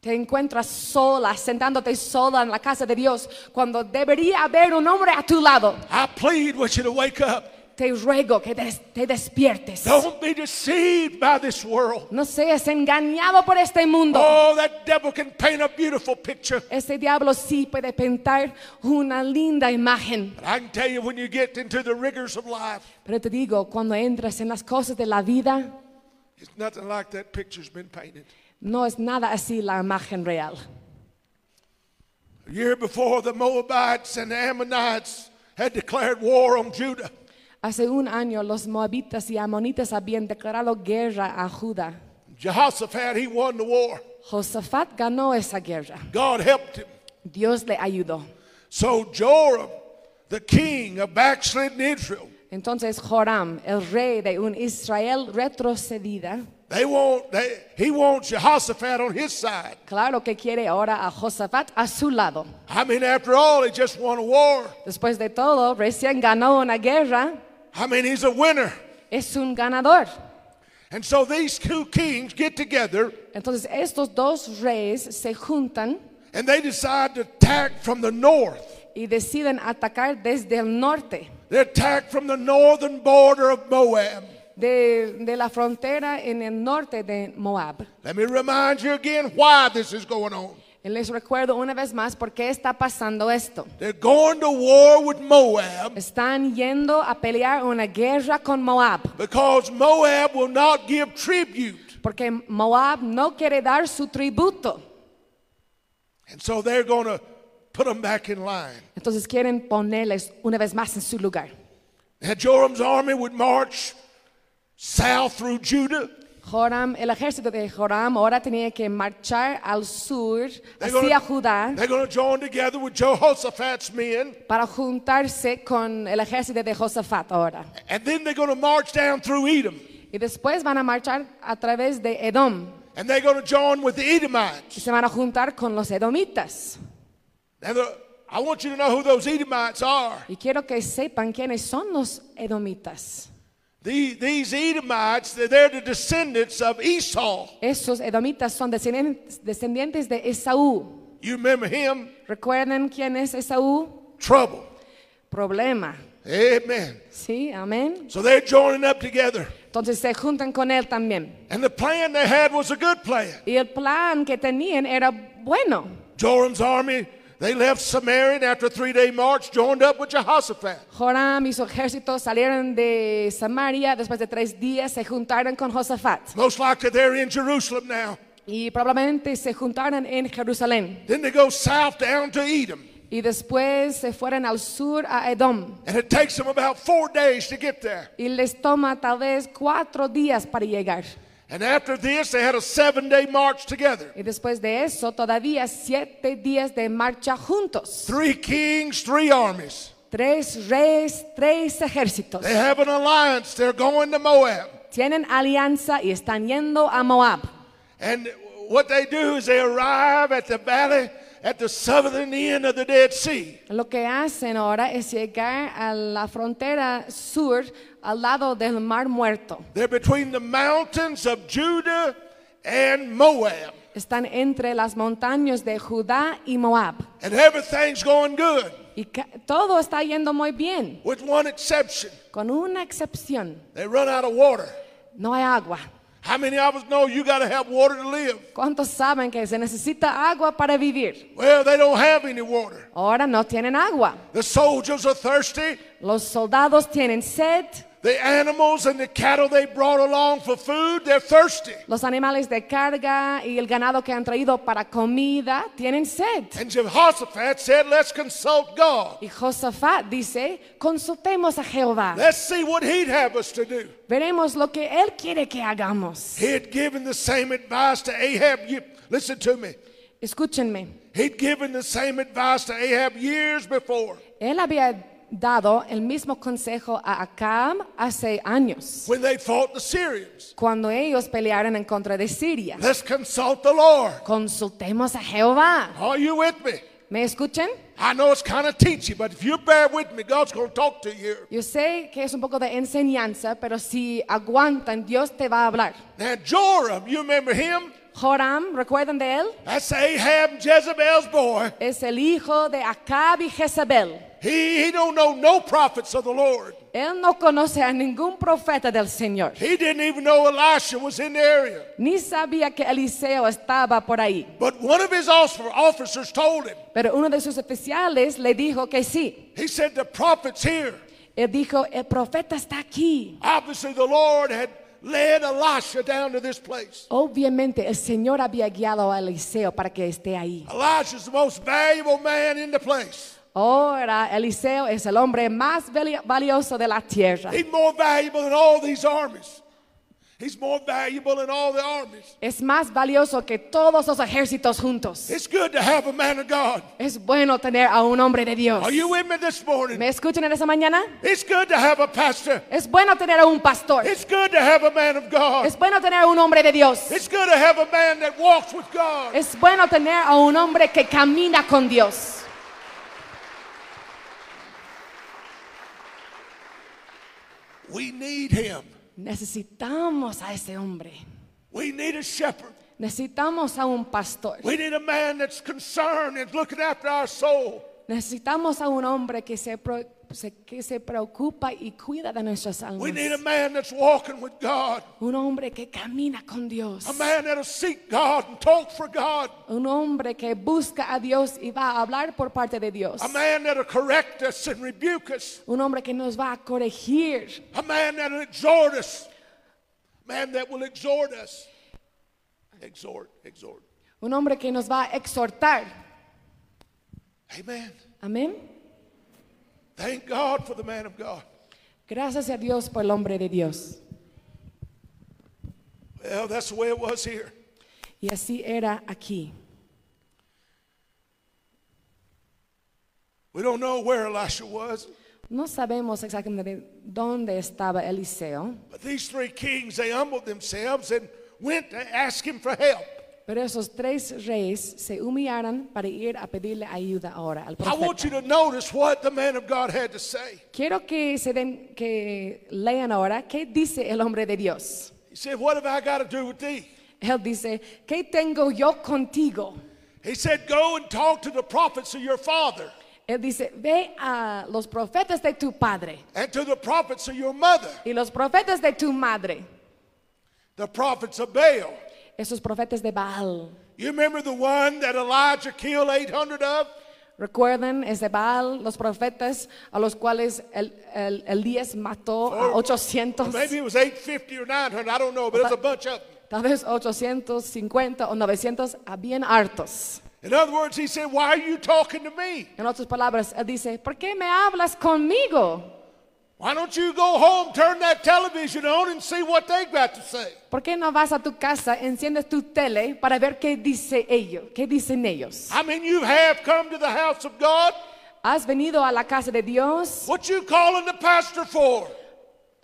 Speaker 2: Te encuentras sola, sentándote sola en la casa de Dios, cuando debería haber un hombre a tu lado.
Speaker 1: I plead with you to wake up.
Speaker 2: Te ruego que des- te despiertes.
Speaker 1: Don't be deceived by this world.
Speaker 2: No seas engañado por este mundo.
Speaker 1: Oh, that devil can paint a beautiful picture.
Speaker 2: Este diablo sí puede pintar una linda imagen.
Speaker 1: But I can tell you when you get into the rigors of life,
Speaker 2: Pero te digo, cuando entras en las cosas de la vida,
Speaker 1: it's nothing like that picture's been painted.
Speaker 2: no es nada así la imagen real.
Speaker 1: A year before, the Moabites and the Ammonites had declared war on Judah.
Speaker 2: Hace un año los moabitas y amonitas habían declarado guerra a Judá.
Speaker 1: Jehoshaphat, he won the war.
Speaker 2: Josafat ganó esa guerra.
Speaker 1: God helped him.
Speaker 2: Dios le ayudó.
Speaker 1: So Joram, the king of backslidden Israel,
Speaker 2: Entonces Joram, el rey de un Israel retrocedida,
Speaker 1: they want they, he wants Jehoshaphat on his side.
Speaker 2: claro que quiere ahora a Josafat a su lado.
Speaker 1: I mean, after all, he just won a war.
Speaker 2: Después de todo, recién ganó una guerra,
Speaker 1: I mean, he's a winner.
Speaker 2: es un ganador.
Speaker 1: And so these two kings get together
Speaker 2: Entonces estos dos reyes se juntan
Speaker 1: and they decide to attack from the north.
Speaker 2: y deciden atacar desde el norte,
Speaker 1: They attack from the northern border of Moab.
Speaker 2: de, de la frontera en el norte de Moab.
Speaker 1: Let me remind you again why this is going on.
Speaker 2: Y Les recuerdo una vez más por qué está pasando esto.
Speaker 1: They're going to war with Moab
Speaker 2: Están yendo a pelear una guerra con Moab.
Speaker 1: because Moab will not give tribute.
Speaker 2: Porque Moab no quiere dar su tributo.
Speaker 1: And so they're going to put them back in line.
Speaker 2: Entonces quieren ponerles una vez más en su lugar.
Speaker 1: Now, Joram's army would march south through Judah.
Speaker 2: Joram, el ejército de Joram ahora tenía que marchar al sur,
Speaker 1: They're
Speaker 2: hacia
Speaker 1: gonna-
Speaker 2: Judá,
Speaker 1: they're going to join together with Jehoshaphat's men.
Speaker 2: para juntarse con el ejército de Josafat ahora.
Speaker 1: And then they're going to march down through Edom.
Speaker 2: Y después van a marchar a través de Edom.
Speaker 1: And they're going to join with the Edomites.
Speaker 2: Y se van a juntar con los edomitas.
Speaker 1: Now, the, I want you to know who those Edomites are.
Speaker 2: Y quiero que sepan quiénes son los edomitas.
Speaker 1: The, these Edomites, they're, they're the descendants of Esau.
Speaker 2: Esos edomitas son descendientes descendientes de Esaú.
Speaker 1: You remember him?
Speaker 2: ¿Recuerden quién es Esaú?
Speaker 1: Trouble.
Speaker 2: problema.
Speaker 1: Amen.
Speaker 2: Sí, amén.
Speaker 1: So they're joining up together.
Speaker 2: Entonces se juntan con él también.
Speaker 1: And the plan they had was a good plan.
Speaker 2: Y el plan que tenían era bueno.
Speaker 1: Joram's army, they left Samaria and after a three day march joined up with Jehoshaphat.
Speaker 2: Joram y su ejército salieron de Samaria, después de tres días se juntaron con Josafat
Speaker 1: Most likely they're in Jerusalem now.
Speaker 2: y probablemente se juntaron en Jerusalén
Speaker 1: Then they go south down to Edom.
Speaker 2: y después se fueron al sur a Edom
Speaker 1: And it takes them about four days to get there.
Speaker 2: y les toma tal vez cuatro días para llegar.
Speaker 1: And after this, they had a seven day march together.
Speaker 2: Y después de eso todavía siete días de marcha juntos.
Speaker 1: Three kings, three armies.
Speaker 2: Tres reyes, tres ejércitos.
Speaker 1: They have an alliance. They're going to Moab.
Speaker 2: tienen alianza y están yendo a Moab.
Speaker 1: And what they do is they arrive at the valley at the southern end of the Dead Sea.
Speaker 2: Lo que hacen ahora es llegar a la frontera sur al lado del Mar Muerto.
Speaker 1: They're between the mountains of Judah and Moab.
Speaker 2: Están entre las montañas de Judá y Moab.
Speaker 1: And everything's going good,
Speaker 2: Y ca- todo está yendo muy bien,
Speaker 1: with one exception
Speaker 2: con una excepción.
Speaker 1: they run out of water.
Speaker 2: No hay agua.
Speaker 1: How many of us know you got to have water to live?
Speaker 2: ¿Cuántos saben que se necesita agua para vivir?
Speaker 1: Well, they don't have any water.
Speaker 2: Ahora no tienen agua.
Speaker 1: The soldiers are thirsty.
Speaker 2: Los soldados tienen sed.
Speaker 1: The animals and the cattle they brought along for food, they're thirsty.
Speaker 2: Los animales de carga y el ganado que han traído para comida tienen sed.
Speaker 1: And Jehoshaphat said, Let's consult God.
Speaker 2: Y Josafat dice, consultemos a Jehová,
Speaker 1: Let's see what he'd have us to do.
Speaker 2: veremos lo que Él quiere que hagamos.
Speaker 1: He had given the same advice to Ahab. You, listen to me.
Speaker 2: Escúchenme,
Speaker 1: He'd given the same advice to Ahab years before
Speaker 2: Él había dado el mismo consejo a Acab hace años,
Speaker 1: when they fought the Syrians.
Speaker 2: cuando ellos pelearon en contra de Siria.
Speaker 1: Let's consult the Lord.
Speaker 2: Consultemos a Jehová.
Speaker 1: Are you with me?
Speaker 2: ¿Me escuchan?
Speaker 1: I know it's kind of teachy, but if you bear with me, God's going to talk to you.
Speaker 2: Yo sé que es un poco de enseñanza, pero si aguantan, Dios te va a hablar.
Speaker 1: Now, Joram, you remember him?
Speaker 2: Joram, ¿recuerdan de él?
Speaker 1: That's Ahab and Jezebel's boy.
Speaker 2: Es el hijo de Acab y Jezabel.
Speaker 1: He, he don't know no prophets of the Lord.
Speaker 2: Él no conoce a ningún profeta del Señor.
Speaker 1: He didn't even know Elisha was in the area.
Speaker 2: Ni sabía que Eliseo estaba por ahí.
Speaker 1: But one of his officer- officers told him,
Speaker 2: Pero uno de sus oficiales le dijo que sí.
Speaker 1: he said, the prophet's here.
Speaker 2: Él dijo, el profeta está aquí.
Speaker 1: Obviously, the Lord had led Elisha down to this place.
Speaker 2: Obviamente el Señor había guiado a Eliseo para que esté ahí.
Speaker 1: Elisha's the most valuable man in the place.
Speaker 2: Ahora Eliseo es el hombre más vali- valioso de la tierra.
Speaker 1: He's more valuable than all these armies. He's more valuable than all the armies.
Speaker 2: Es más valioso que todos los ejércitos juntos.
Speaker 1: It's good to have a man of God.
Speaker 2: Es bueno tener a un hombre de Dios.
Speaker 1: Are you with me this morning?
Speaker 2: ¿Me escuchan en esa mañana?
Speaker 1: It's good to have a pastor.
Speaker 2: Es bueno tener a un pastor.
Speaker 1: It's good to have a man of God.
Speaker 2: Es bueno tener a un hombre de Dios.
Speaker 1: It's good to have a man that walks with God.
Speaker 2: Es bueno tener a un hombre que camina con Dios.
Speaker 1: We need him.
Speaker 2: Necesitamos a ese hombre.
Speaker 1: We need a shepherd.
Speaker 2: Necesitamos a un pastor.
Speaker 1: We need a man that's concerned and looking after our soul.
Speaker 2: Necesitamos a un hombre que se, pro- se- que se preocupa y cuida de nuestras
Speaker 1: We need a
Speaker 2: almas.
Speaker 1: man that's walking with God.
Speaker 2: Un hombre que camina con Dios.
Speaker 1: A man that'll seek God and talk for God.
Speaker 2: Un hombre que busca a Dios y va a hablar por parte de Dios.
Speaker 1: A man that'll correct us and rebuke us.
Speaker 2: Un hombre que nos va a corregir.
Speaker 1: A man that'll exhort us. A man that will exhort us. Exhort, exhort.
Speaker 2: Un hombre que nos va a exhortar.
Speaker 1: Amen.
Speaker 2: Amén.
Speaker 1: Thank God for the man of God.
Speaker 2: Gracias a Dios por el hombre de Dios.
Speaker 1: Well, that's the way it was here.
Speaker 2: Y así era aquí.
Speaker 1: We don't know where Elisha was,
Speaker 2: No sabemos exactamente dónde estaba Eliseo,
Speaker 1: but these three kings, they humbled themselves and went to ask him for help.
Speaker 2: pero esos tres reyes se humillaron para ir a pedirle ayuda ahora al
Speaker 1: I want you
Speaker 2: profeta.
Speaker 1: to notice what the man of God had to say.
Speaker 2: Quiero que se den, que lean ahora qué dice el hombre de Dios.
Speaker 1: He said, What have I got to do with thee?
Speaker 2: Él dice, ¿qué tengo yo contigo?
Speaker 1: He said, Go and talk to the prophets of your father
Speaker 2: Él dice, ve a los profetas de tu padre
Speaker 1: and to the prophets of your mother,
Speaker 2: y los profetas de tu madre,
Speaker 1: the prophets of Baal.
Speaker 2: esos profetas de Baal.
Speaker 1: You remember the one that Elijah killed 800 of?
Speaker 2: Recuerden, es de Baal, los profetas a los cuales el, el- Elías mató a 800,
Speaker 1: Maybe it was 850 or 900, I don't know, but it was a bunch of them.
Speaker 2: tal vez 850 o 900, a bien hartos.
Speaker 1: In other words, he said, Why are you talking to me?
Speaker 2: En otras palabras, él dice, ¿por qué me hablas conmigo?
Speaker 1: Why don't you go home, turn that television on, and see what they've got to say?
Speaker 2: ¿Por qué no vas a tu casa, enciendes tu tele para ver qué dice ellos, qué dicen ellos?
Speaker 1: I mean, you have come to the house of God.
Speaker 2: ¿Has venido a la casa de Dios?
Speaker 1: What you calling the pastor for?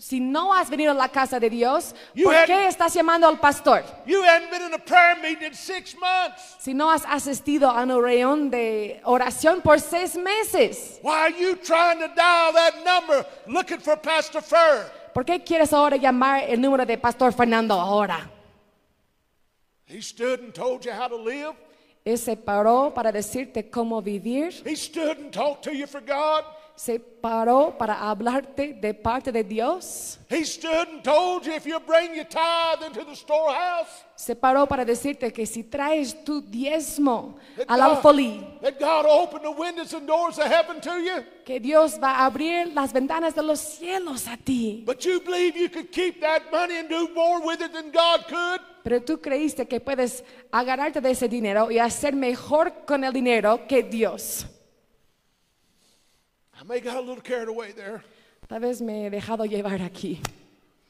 Speaker 2: Si no has venido a la casa de Dios,
Speaker 1: You
Speaker 2: ¿por
Speaker 1: had-
Speaker 2: qué estás llamando al pastor?
Speaker 1: You hadn't been in a prayer meeting in six months.
Speaker 2: Si no has asistido a una reunión de oración por seis meses.
Speaker 1: Why are you trying to dial that number looking for Pastor Fur?
Speaker 2: ¿Por qué quieres ahora llamar el número de Pastor Fernando ahora?
Speaker 1: He stood and told you how to live.
Speaker 2: Él se paró para decirte cómo vivir,
Speaker 1: He stood and talked to you for God.
Speaker 2: se paró para hablarte de parte de Dios,
Speaker 1: He stood and told you if you bring your tithe into the storehouse,
Speaker 2: se paró para decirte que si traes tu diezmo
Speaker 1: that
Speaker 2: al alfolí,
Speaker 1: God, that God opened the windows and doors of heaven to you.
Speaker 2: que Dios va a abrir las ventanas de los cielos a ti.
Speaker 1: But you believe you could keep that money and do more with it than God could?
Speaker 2: Pero tú creíste que puedes agarrarte de ese dinero y hacer mejor con el dinero que Dios.
Speaker 1: I may got a little carried away there.
Speaker 2: Tal vez me he dejado llevar aquí.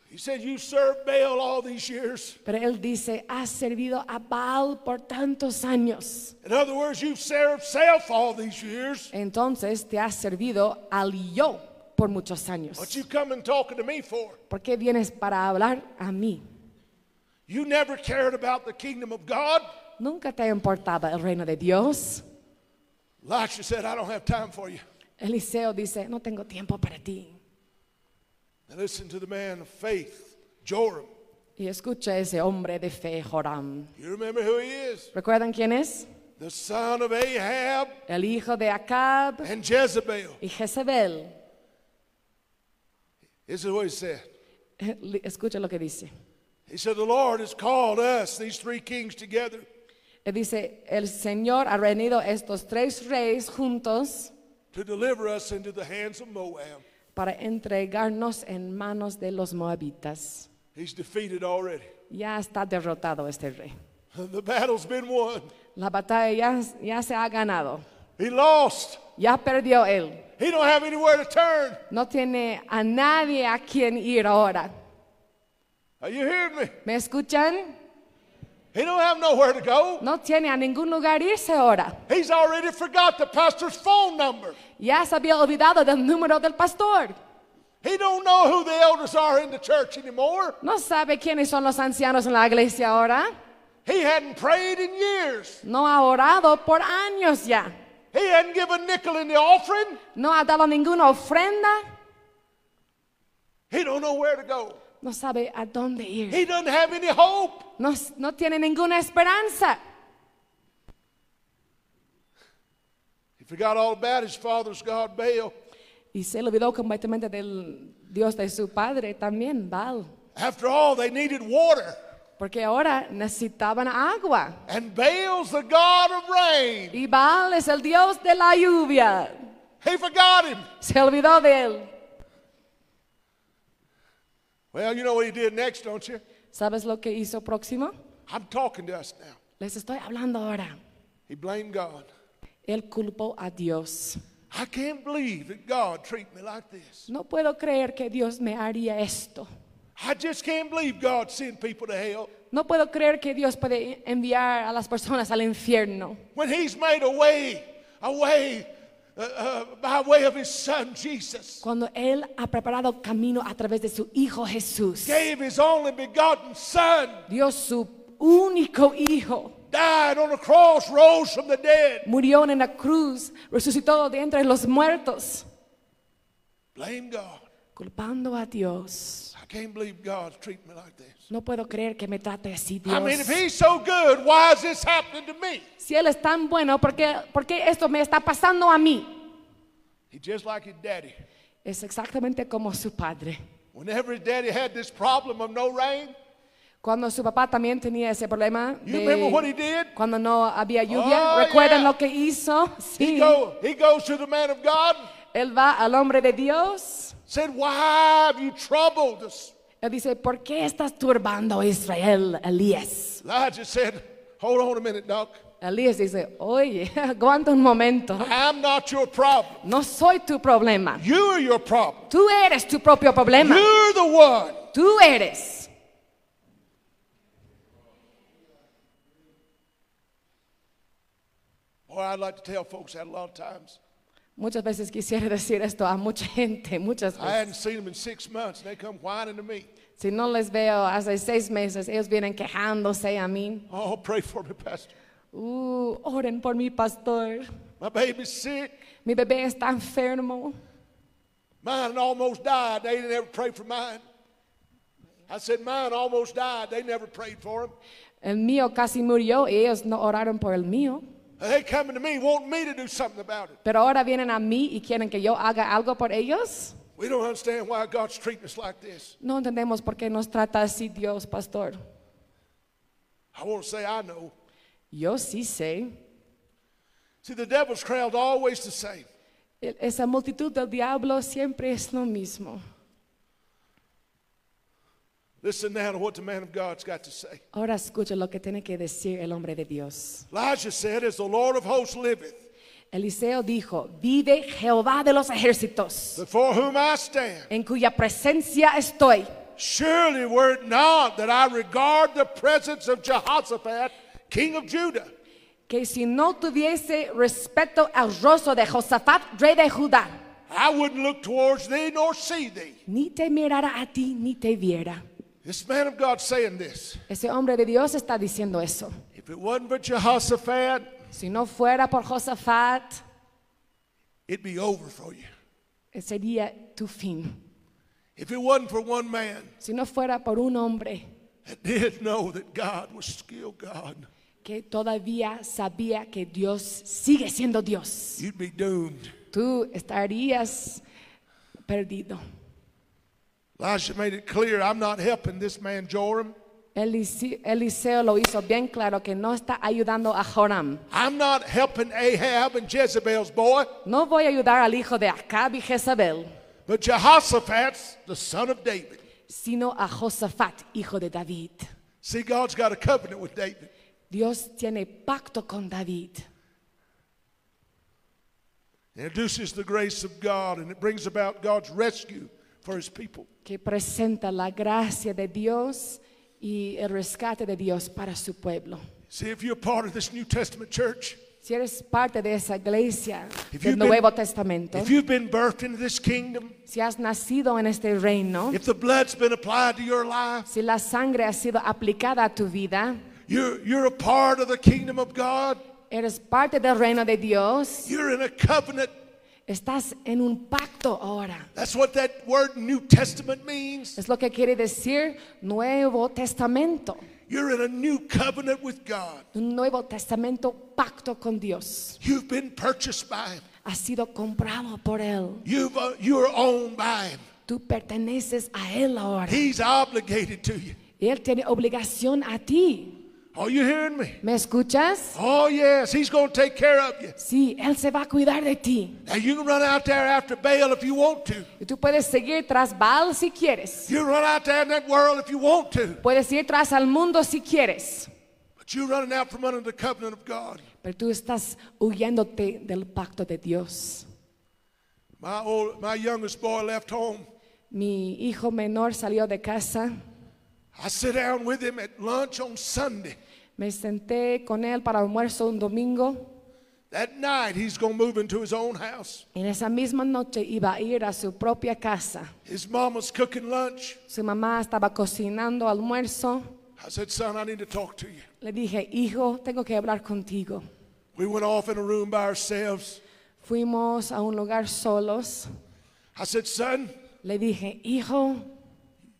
Speaker 1: He said, You served Baal all these years.
Speaker 2: Pero él dice, has servido a Baal por tantos años.
Speaker 1: In other words, you've served self all these years.
Speaker 2: Entonces te has servido al yo por muchos
Speaker 1: What
Speaker 2: años.
Speaker 1: you coming talking to me for?
Speaker 2: ¿Por qué vienes para hablar a mí?
Speaker 1: You never cared about the kingdom of God.
Speaker 2: Nunca te importaba el reino de Dios.
Speaker 1: Elisha said, I don't have time for you.
Speaker 2: Eliseo dice, no tengo tiempo para ti.
Speaker 1: Now listen to the man of faith, Joram.
Speaker 2: Y escucha a ese hombre de fe, Joram.
Speaker 1: You remember who he is?
Speaker 2: ¿Recuerdan quién es?
Speaker 1: The son of Ahab
Speaker 2: El hijo de Acab
Speaker 1: and Jezebel.
Speaker 2: y Jezebel.
Speaker 1: This is what he said.
Speaker 2: Escucha lo que dice.
Speaker 1: He said, The Lord has called us, these three kings, together.
Speaker 2: Él dice, el Señor ha reunido estos tres reyes juntos
Speaker 1: to deliver us into the hands of Moab.
Speaker 2: para entregarnos en manos de los moabitas.
Speaker 1: He's defeated already.
Speaker 2: Ya está derrotado este rey.
Speaker 1: The battle's been won.
Speaker 2: La batalla ya, ya se ha ganado.
Speaker 1: He lost.
Speaker 2: Ya perdió él.
Speaker 1: He don't have anywhere to turn.
Speaker 2: No tiene a nadie a quien ir ahora.
Speaker 1: Are you hearing me?
Speaker 2: ¿Me escuchan?
Speaker 1: He don't have nowhere to go.
Speaker 2: No tiene a ningún lugar irse ahora.
Speaker 1: He's already forgot the pastor's phone number.
Speaker 2: Ya se había olvidado del número del pastor.
Speaker 1: He don't know who the elders are in the church anymore.
Speaker 2: No sabe quiénes son los ancianos en la iglesia ahora.
Speaker 1: He hadn't prayed in years.
Speaker 2: No ha orado por años ya.
Speaker 1: He hadn't given nickel in the offering.
Speaker 2: No ha dado ninguna ofrenda.
Speaker 1: He don't know where to go.
Speaker 2: No sabe a dónde ir.
Speaker 1: He doesn't have any hope.
Speaker 2: No, no tiene ninguna esperanza.
Speaker 1: He forgot all about his father's God, Baal.
Speaker 2: Y se olvidó completamente del Dios de su padre también, Baal.
Speaker 1: After all, they needed water.
Speaker 2: Porque ahora necesitaban agua.
Speaker 1: And Baal's the God of rain.
Speaker 2: Y Baal es el Dios de la lluvia.
Speaker 1: He forgot him.
Speaker 2: Se olvidó de él.
Speaker 1: Well, you know what he did next, don't you?
Speaker 2: ¿Sabes lo que hizo próximo?
Speaker 1: I'm talking to us now.
Speaker 2: Les estoy hablando ahora.
Speaker 1: He blamed God.
Speaker 2: Él culpó a Dios.
Speaker 1: I can't believe that God treated me like this.
Speaker 2: No puedo creer que Dios me haría esto.
Speaker 1: I just can't believe God sent people to hell
Speaker 2: No puedo creer que Dios puede enviar a las personas al infierno.
Speaker 1: when He's made a way, a way uh, uh, by way of His Son Jesus.
Speaker 2: Cuando Él ha preparado camino a través de su Hijo Jesús.
Speaker 1: Gave His only begotten Son,
Speaker 2: Dios, su único Hijo,
Speaker 1: died on a cross, rose from the dead.
Speaker 2: murió en la cruz, resucitó de entre los muertos,
Speaker 1: Blame God.
Speaker 2: culpando a Dios.
Speaker 1: I can't believe God's treating me like this.
Speaker 2: No puedo creer que me trate así
Speaker 1: I mean, if
Speaker 2: Dios.
Speaker 1: He's so good, why is this happening to me?
Speaker 2: Si Él es tan bueno, ¿por qué, por qué esto me está pasando a mí?
Speaker 1: He just like his daddy.
Speaker 2: Es exactamente como su padre.
Speaker 1: Whenever his daddy had this problem of no rain,
Speaker 2: Cuando su papá también tenía ese problema
Speaker 1: You remember what he
Speaker 2: de
Speaker 1: did?
Speaker 2: cuando no había lluvia,
Speaker 1: Oh,
Speaker 2: ¿recuerdan
Speaker 1: yeah.
Speaker 2: lo que hizo?
Speaker 1: he,
Speaker 2: Sí.
Speaker 1: go, he goes to the man of God,
Speaker 2: Él va al hombre de Dios.
Speaker 1: said, Why have you troubled us?
Speaker 2: Él dice, ¿por qué estás turbando a Israel, Elías?
Speaker 1: Elijah said, Hold on a minute, Doc.
Speaker 2: Elías dice, oye, aguanta un momento.
Speaker 1: I'm not your problem.
Speaker 2: No soy tu problema.
Speaker 1: You're your problem.
Speaker 2: Tú eres tu propio problema.
Speaker 1: You're the one.
Speaker 2: Tú eres.
Speaker 1: Boy, I'd like to tell folks that a lot of times.
Speaker 2: Muchas veces quisiera decir esto a mucha gente, muchas
Speaker 1: I hadn't
Speaker 2: veces.
Speaker 1: seen them in six months, and they come whining to me.
Speaker 2: Si no les veo hace seis meses, ellos vienen quejándose a mí.
Speaker 1: Oh, pray for me, Pastor.
Speaker 2: Uh, oren por mi pastor.
Speaker 1: My baby's sick.
Speaker 2: Mi bebé está enfermo.
Speaker 1: Mine almost died. They never prayed for mine. I said, Mine almost died. They never prayed for him.
Speaker 2: El mío casi murió y ellos no oraron por el mío.
Speaker 1: And They coming to me, wanting me to do something about it.
Speaker 2: Pero ahora vienen a mí y quieren que yo haga algo por ellos.
Speaker 1: We don't understand why God's treating us like this.
Speaker 2: No entendemos por qué nos trata así Dios, pastor.
Speaker 1: I want to say I know.
Speaker 2: Yo sí sé.
Speaker 1: See, the devil's crowd's always the same.
Speaker 2: E- Esa multitud del diablo siempre es lo mismo.
Speaker 1: Listen now to what the man of God's got to say.
Speaker 2: Ahora escucha lo que tiene que decir el hombre de Dios.
Speaker 1: Elijah said, As the Lord of hosts liveth,
Speaker 2: Eliseo dijo, vive Jehová de los ejércitos,
Speaker 1: before whom I stand,
Speaker 2: en cuya presencia estoy.
Speaker 1: surely were it not that I regard the presence of Jehoshaphat, king of Judah,
Speaker 2: Que si no tuviese respeto al rostro de Josafat, rey de Judá,
Speaker 1: I wouldn't look towards thee nor see thee.
Speaker 2: ni te mirara a ti ni te viera.
Speaker 1: This man of God saying this.
Speaker 2: Ese hombre de Dios está diciendo eso.
Speaker 1: If it wasn't for Jehoshaphat,
Speaker 2: Si no fuera por Josafat,
Speaker 1: it'd be over for you.
Speaker 2: sería tu fin.
Speaker 1: If it wasn't for one man
Speaker 2: Si no fuera por un hombre
Speaker 1: that did know that God was still God,
Speaker 2: que todavía sabía que Dios sigue siendo Dios,
Speaker 1: you'd be doomed.
Speaker 2: tú estarías perdido.
Speaker 1: Elisha made it clear I'm not helping this man Joram.
Speaker 2: Elise- Eliseo lo hizo bien claro que no está ayudando a Joram.
Speaker 1: I'm not helping Ahab and Jezebel's boy,
Speaker 2: No voy a ayudar al hijo de Acab y Jezabel,
Speaker 1: but Jehoshaphat's the son of David.
Speaker 2: sino a Josafat, hijo de David.
Speaker 1: See, God's got a covenant with David.
Speaker 2: Dios tiene pacto con David.
Speaker 1: It introduces the grace of God and it brings about God's rescue for his people.
Speaker 2: que presenta la gracia de Dios y el rescate de Dios para su pueblo.
Speaker 1: See, if you're part of this New Testament church,
Speaker 2: Si eres parte de esa iglesia
Speaker 1: If
Speaker 2: del
Speaker 1: you've been-
Speaker 2: Nuevo Testamento,
Speaker 1: if you've been birthed into this kingdom,
Speaker 2: si has nacido en este reino,
Speaker 1: if the blood's been applied to your life,
Speaker 2: si la sangre ha sido aplicada a tu vida,
Speaker 1: you're, you're a part of the kingdom of God,
Speaker 2: eres parte del reino de Dios,
Speaker 1: you're in a covenant.
Speaker 2: estás en un pacto ahora.
Speaker 1: That's what that word New Testament means.
Speaker 2: Es lo que quiere decir Nuevo Testamento,
Speaker 1: You're in a new covenant with God.
Speaker 2: un Nuevo Testamento pacto con Dios.
Speaker 1: You've been purchased by Him.
Speaker 2: Has sido comprado por Él.
Speaker 1: You've, uh, you're owned by Him.
Speaker 2: Tú perteneces a Él ahora.
Speaker 1: He's obligated to you.
Speaker 2: Y Él tiene obligación a ti.
Speaker 1: Are you hearing me?
Speaker 2: ¿Me escuchas?
Speaker 1: Oh, yes, He's going to take care of you.
Speaker 2: Sí, Él se va a cuidar de ti.
Speaker 1: Now, you can run out there after Baal if you want to.
Speaker 2: Y tú puedes seguir tras Baal si quieres.
Speaker 1: You can run out there in that world if you want to.
Speaker 2: Puedes ir tras al mundo si quieres.
Speaker 1: But you're running out from under the covenant of God.
Speaker 2: Pero tú estás huyéndote del pacto de Dios.
Speaker 1: My, old, my youngest boy left home.
Speaker 2: Mi hijo menor salió de casa.
Speaker 1: I sit down with him at lunch on Sunday.
Speaker 2: Me senté con él para almuerzo un domingo.
Speaker 1: That night, he's going to move into his own house.
Speaker 2: En esa misma noche iba a ir a su propia casa.
Speaker 1: His mama's cooking lunch.
Speaker 2: Su mamá estaba cocinando almuerzo.
Speaker 1: I said, Son, I need to talk to you.
Speaker 2: Le dije, hijo, tengo que hablar contigo.
Speaker 1: We went off in a room by ourselves.
Speaker 2: Fuimos a un lugar solos.
Speaker 1: I said, Son,
Speaker 2: Le dije, hijo,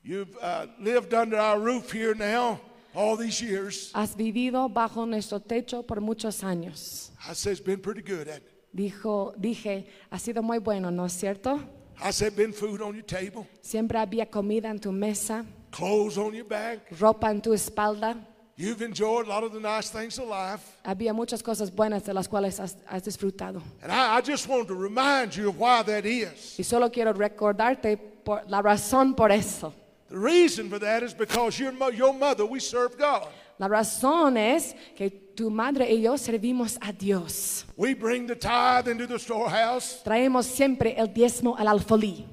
Speaker 1: you've uh, lived under our roof here now all these years.
Speaker 2: has vivido bajo nuestro techo por muchos años.
Speaker 1: I said, It's been pretty good. hasn't it?"
Speaker 2: Dijo, dije, ha sido muy bueno, ¿no es cierto?
Speaker 1: I said, Been food on your table,
Speaker 2: Siempre había comida en tu mesa,
Speaker 1: clothes on your back.
Speaker 2: ropa en tu espalda.
Speaker 1: You've enjoyed a lot of the nice things of life.
Speaker 2: Había muchas cosas buenas de las cuales has, has disfrutado.
Speaker 1: And I, I just wanted to remind you of why that is.
Speaker 2: Y solo quiero recordarte por la razón por eso.
Speaker 1: The reason for that is because your, mo- your mother, we serve God.
Speaker 2: La razón es que tu madre y yo servimos a Dios.
Speaker 1: We bring the tithe into the storehouse.
Speaker 2: Traemos siempre el diezmo al alfolí.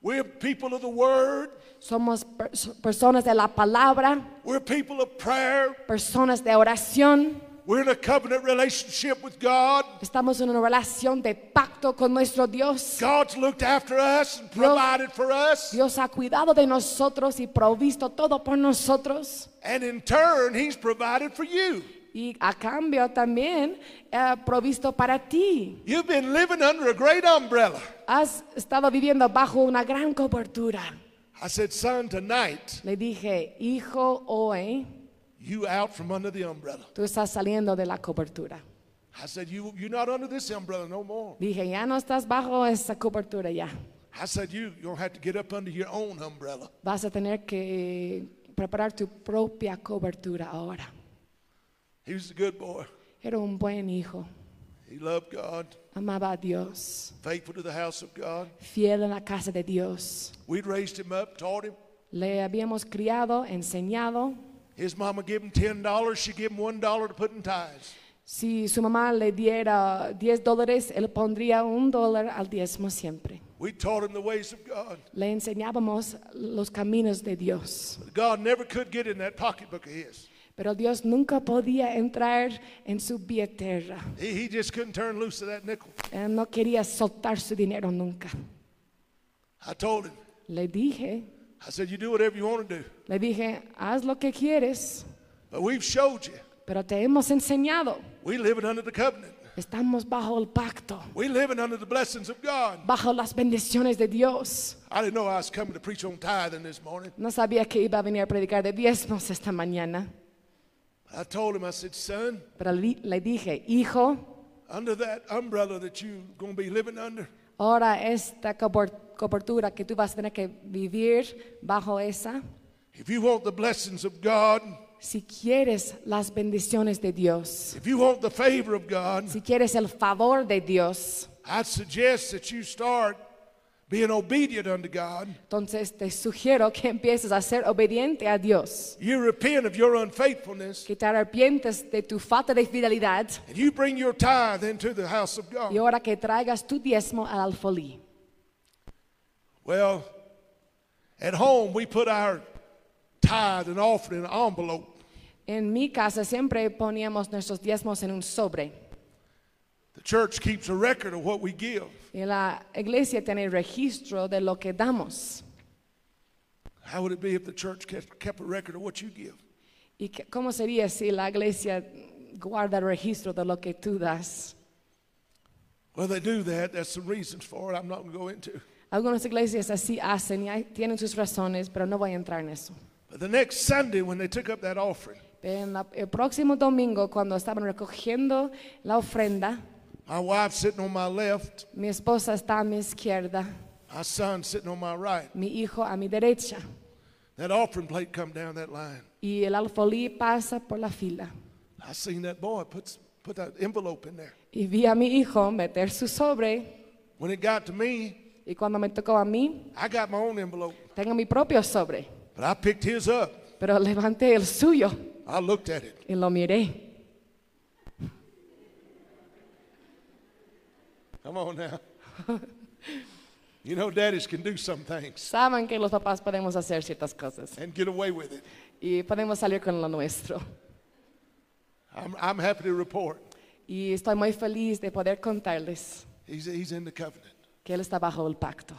Speaker 1: We're people of the word.
Speaker 2: Somos pers- personas de la palabra,
Speaker 1: We're people of prayer.
Speaker 2: personas de oración.
Speaker 1: We're in a covenant relationship with God.
Speaker 2: Estamos en una relación de pacto con nuestro Dios.
Speaker 1: God's looked after us and provided for us.
Speaker 2: Dios ha cuidado de nosotros y provisto todo por nosotros.
Speaker 1: And in turn, He's provided for you.
Speaker 2: Y a cambio también ha provisto para ti.
Speaker 1: You've been living under a great umbrella.
Speaker 2: Has estado viviendo bajo una gran cobertura.
Speaker 1: I said, Son, tonight,
Speaker 2: Le dije, hijo, hoy
Speaker 1: you out from under the umbrella.
Speaker 2: tú estás saliendo de la cobertura.
Speaker 1: I said, you, You're not under this umbrella no more.
Speaker 2: Dije, ya no estás bajo esa cobertura ya.
Speaker 1: I said, you, you're going to have to get up under your own umbrella.
Speaker 2: Vas a tener que preparar tu propia cobertura ahora.
Speaker 1: He was a good boy.
Speaker 2: Era un buen hijo,
Speaker 1: He loved God,
Speaker 2: amaba a Dios,
Speaker 1: faithful to the house of God.
Speaker 2: fiel en la casa de Dios.
Speaker 1: We'd raised him up, taught him.
Speaker 2: Le habíamos criado, enseñado.
Speaker 1: His mama gave him $10. She gave him $1 to put in tithes.
Speaker 2: Si su mamá le diera 10 dólares, él pondría un dólar al diezmo siempre.
Speaker 1: We taught him the ways of God.
Speaker 2: Le enseñábamos los caminos de Dios.
Speaker 1: But God never could get in that pocketbook of his.
Speaker 2: Pero Dios nunca podía entrar en su billetera.
Speaker 1: He, he just couldn't turn loose of that nickel.
Speaker 2: Él no quería soltar su dinero nunca.
Speaker 1: I told him,
Speaker 2: Le dije,
Speaker 1: I said, you do whatever you want to do.
Speaker 2: le dije, haz lo que quieres,
Speaker 1: But we've showed you.
Speaker 2: pero te hemos enseñado.
Speaker 1: We living under the covenant.
Speaker 2: Estamos bajo el pacto,
Speaker 1: We living under the blessings of God.
Speaker 2: bajo las bendiciones de Dios.
Speaker 1: I didn't know I was coming to preach on tithing this morning.
Speaker 2: No sabía que iba a venir a predicar de diezmos esta mañana,
Speaker 1: But I told him, I said, son,
Speaker 2: pero le le dije, hijo,
Speaker 1: under that umbrella that you're going to be living under,
Speaker 2: ahora esta cobert- cobertura que tú vas a tener que vivir bajo esa,
Speaker 1: if you want the blessings of God,
Speaker 2: si quieres las bendiciones de Dios,
Speaker 1: if you want the favor of God,
Speaker 2: si quieres el favor de Dios,
Speaker 1: I'd suggest that you start being obedient unto God.
Speaker 2: entonces te sugiero que empieces a ser obediente a Dios.
Speaker 1: You repent of your unfaithfulness
Speaker 2: que te arrepientes de tu falta de fidelidad
Speaker 1: and you bring your tithe into the house of
Speaker 2: y
Speaker 1: God.
Speaker 2: ahora que traigas tu diezmo al alfolí.
Speaker 1: Well, At home, we put our tithe and offering in an envelope.
Speaker 2: En mi casa siempre poníamos nuestros diezmos en un sobre.
Speaker 1: The church keeps a record of what we give.
Speaker 2: Y la iglesia tiene registro de lo que damos.
Speaker 1: How would it be if the church kept kept a record of what you give?
Speaker 2: ¿Y qué- cómo sería si la iglesia guarda registro de lo que tú das?
Speaker 1: Well, they do that. There's some reasons for it I'm not going to go into.
Speaker 2: Algunas iglesias así hacen y hay- tienen sus razones, pero no voy a entrar en eso.
Speaker 1: But the next Sunday, when they took up that offering,
Speaker 2: En la- el próximo domingo, cuando estaban recogiendo la ofrenda,
Speaker 1: my wife sitting on my left,
Speaker 2: mi esposa está a mi izquierda,
Speaker 1: my son sitting on my right.
Speaker 2: mi hijo a mi derecha,
Speaker 1: That offering plate come down that line.
Speaker 2: y el alfolí pasa por la fila.
Speaker 1: I seen that boy puts put that envelope in there.
Speaker 2: Y vi a mi hijo meter su sobre,
Speaker 1: When it got to me,
Speaker 2: y cuando me tocó a mí,
Speaker 1: I got my own envelope,
Speaker 2: tengo mi propio sobre,
Speaker 1: but I picked his up.
Speaker 2: pero levanté el suyo
Speaker 1: I looked at it.
Speaker 2: y lo miré.
Speaker 1: Come on now. you know, daddies can do some things
Speaker 2: Saben que los papás podemos hacer ciertas cosas
Speaker 1: and get away with it.
Speaker 2: y podemos salir con lo nuestro.
Speaker 1: I'm, I'm happy to report
Speaker 2: Y estoy muy feliz de poder contarles
Speaker 1: he's, he's in the covenant,
Speaker 2: que él está bajo el pacto.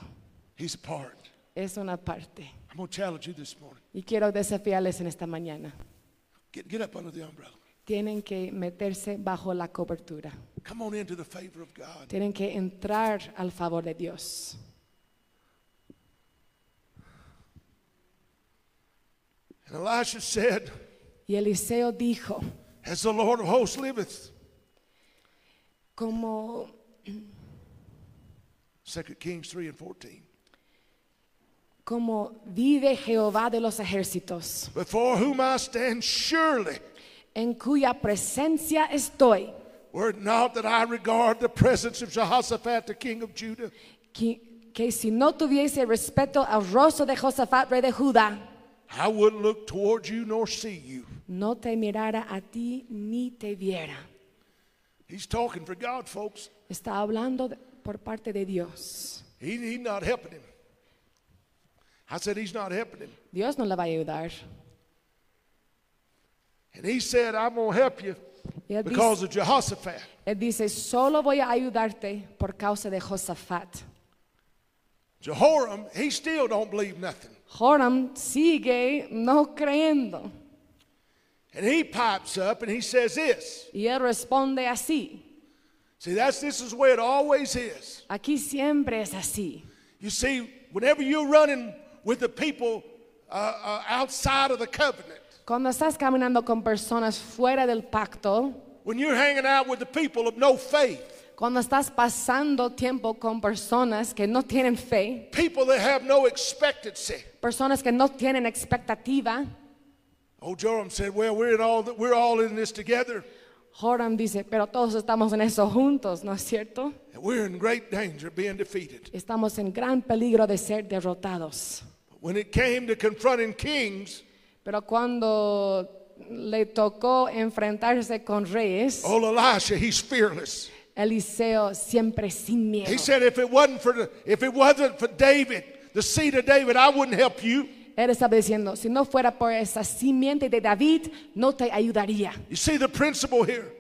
Speaker 1: he's a part.
Speaker 2: Es una parte.
Speaker 1: I'm going to challenge you this morning.
Speaker 2: Y quiero desafiarles en esta mañana.
Speaker 1: Get, get up under the umbrella.
Speaker 2: Tienen que meterse bajo la cobertura.
Speaker 1: Come on into the favor of God.
Speaker 2: Tienen que entrar al favor de Dios.
Speaker 1: And Elisha said,
Speaker 2: Y Eliseo dijo,
Speaker 1: As the Lord of hosts liveth.
Speaker 2: como
Speaker 1: 2 Kings 3 and 14.
Speaker 2: como vive Jehová de los ejércitos,
Speaker 1: Before whom I stand, surely
Speaker 2: en cuya presencia estoy,
Speaker 1: were it not that I regard the presence of Jehoshaphat, the king of Judah,
Speaker 2: que, que si no tuviese respeto al rostro de Josafat, rey de Judá,
Speaker 1: I would look toward you nor see you.
Speaker 2: no te mirara a ti ni te viera.
Speaker 1: He's talking for God, folks.
Speaker 2: Está hablando de- por parte de Dios.
Speaker 1: He, he's not helping him. I said, He's not helping him.
Speaker 2: Dios no le va a ayudar.
Speaker 1: And he said, I'm going to help you
Speaker 2: Yeah, this-
Speaker 1: because of Jehoshaphat.
Speaker 2: Él dice, solo voy a ayudarte por causa de Josafat.
Speaker 1: Jehoram, he still don't believe nothing.
Speaker 2: Joram sigue no creyendo.
Speaker 1: And he pipes up and he says this.
Speaker 2: Y él responde así.
Speaker 1: See, that's this is where it always is.
Speaker 2: Aquí siempre es así.
Speaker 1: You see, whenever you're running with the people uh, uh, outside of the covenant,
Speaker 2: Cuando estás caminando con personas fuera del pacto,
Speaker 1: when you're hanging out with the people of no faith,
Speaker 2: cuando estás pasando tiempo con personas que no tienen fe,
Speaker 1: people that have no expectancy.
Speaker 2: personas que no tienen expectativa,
Speaker 1: Old Joram said, "Well, we're in all th- we're all in this together,
Speaker 2: Joram dice, pero todos estamos en eso juntos, ¿no es cierto?
Speaker 1: and we're in great danger of being defeated."
Speaker 2: Estamos en gran peligro de ser derrotados.
Speaker 1: But when it came to confronting kings,
Speaker 2: Pero cuando le tocó enfrentarse con reyes,
Speaker 1: old Elisha, he's fearless.
Speaker 2: Eliseo siempre sin miedo.
Speaker 1: He said, "If it wasn't for the, if it wasn't for David, the seed of David, I wouldn't help you."
Speaker 2: Él estaba diciendo, si no fuera por esa simiente de David, no te ayudaría.
Speaker 1: You see the principle here.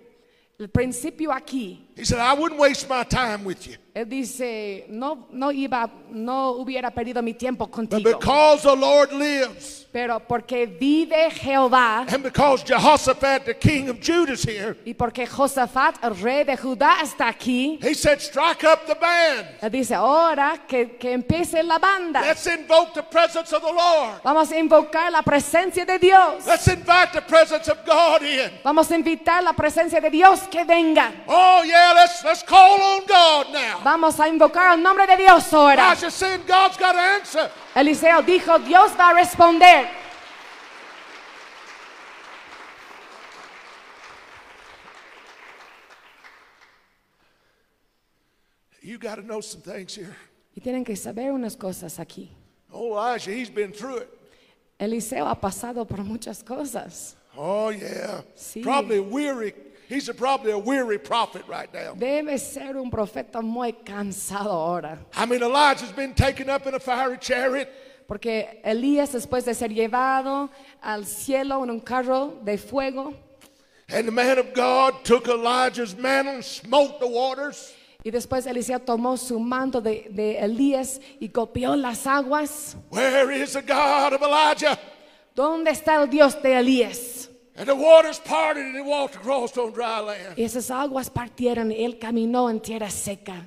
Speaker 2: El principio aquí,
Speaker 1: He said, "I wouldn't waste my time with you."
Speaker 2: él dice, no, no iba, no hubiera perdido mi tiempo
Speaker 1: But
Speaker 2: contigo.
Speaker 1: because the Lord lives,
Speaker 2: Pero porque vive Jehová
Speaker 1: and because Jehoshaphat, the king of Judah, is here,
Speaker 2: y porque Josafat, el rey de Judá, está aquí,
Speaker 1: he said, Strike up the band.
Speaker 2: él dice, ahora que, que empiece la banda,
Speaker 1: Let's invoke the presence of the Lord.
Speaker 2: vamos a invocar la presencia de Dios.
Speaker 1: Let's invite the presence of God in.
Speaker 2: Vamos a invitar la presencia de Dios que venga.
Speaker 1: Oh, yeah, let's, let's call on God now.
Speaker 2: Vamos a invocar el nombre de Dios ahora.
Speaker 1: Elisha said, God's got an answer.
Speaker 2: Eliseo dijo, Dios va a responder.
Speaker 1: You got to know some things here.
Speaker 2: Y tienen que saber unas cosas aquí.
Speaker 1: Oh, Elisha, he's been through it.
Speaker 2: Eliseo ha pasado por muchas cosas.
Speaker 1: Oh, yeah.
Speaker 2: See.
Speaker 1: Probably weary. He's a, probably a weary prophet right now.
Speaker 2: Debe ser un profeta muy cansado ahora.
Speaker 1: I mean, Elijah's been taken up in a fiery chariot.
Speaker 2: porque Elías, después de ser llevado al cielo en un carro de fuego,
Speaker 1: And the man of God took Elijah's mantle and smote the waters.
Speaker 2: y después Eliseo tomó su manto de, de Elías y copió las aguas,
Speaker 1: Where is the God of Elijah?
Speaker 2: ¿dónde está el Dios de Elías?
Speaker 1: And the waters parted and he walked across on dry land.
Speaker 2: Y esas aguas partieron y él caminó en tierra seca.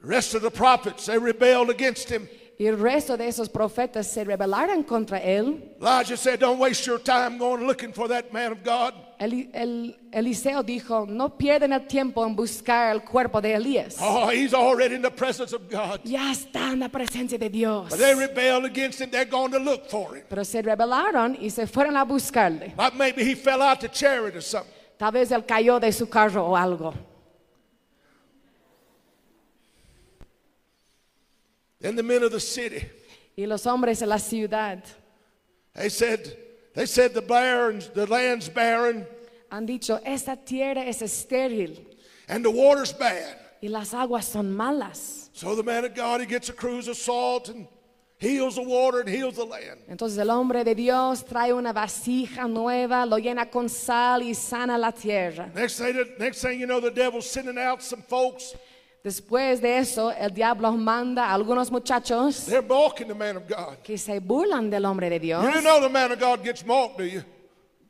Speaker 1: The rest of the prophets, they rebelled against him.
Speaker 2: Y el resto de esos profetas se rebelaron contra él.
Speaker 1: Elijah said, Don't waste your time going looking for that man of God.
Speaker 2: Eli- el- Eliseo dijo, no pierden el tiempo en buscar el cuerpo de Elías.
Speaker 1: Oh, he's already in the presence of God.
Speaker 2: Ya está en la presencia de Dios.
Speaker 1: But they rebelled against him. They're going to look for him.
Speaker 2: Pero se rebelaron y se fueron a buscarle.
Speaker 1: Like maybe he fell out the chariot or something.
Speaker 2: Tal vez él cayó de su carro o algo.
Speaker 1: Then the men of the city,
Speaker 2: Y los hombres de la ciudad
Speaker 1: they said, they said the barons, the land's barren,
Speaker 2: han dicho, esta tierra es estéril
Speaker 1: and the water's bad.
Speaker 2: y las aguas son malas.
Speaker 1: So the man of God, he gets a cruise of salt and heals the water and heals the land.
Speaker 2: Entonces el hombre de Dios trae una vasija nueva, lo llena con sal y sana la tierra.
Speaker 1: Next thing, next thing you know, the devil's sending out some folks.
Speaker 2: Después de eso, el diablo manda a algunos muchachos
Speaker 1: They're mocking the man of God.
Speaker 2: que se burlan del hombre de Dios.
Speaker 1: You do know the man of God gets mocked, do you?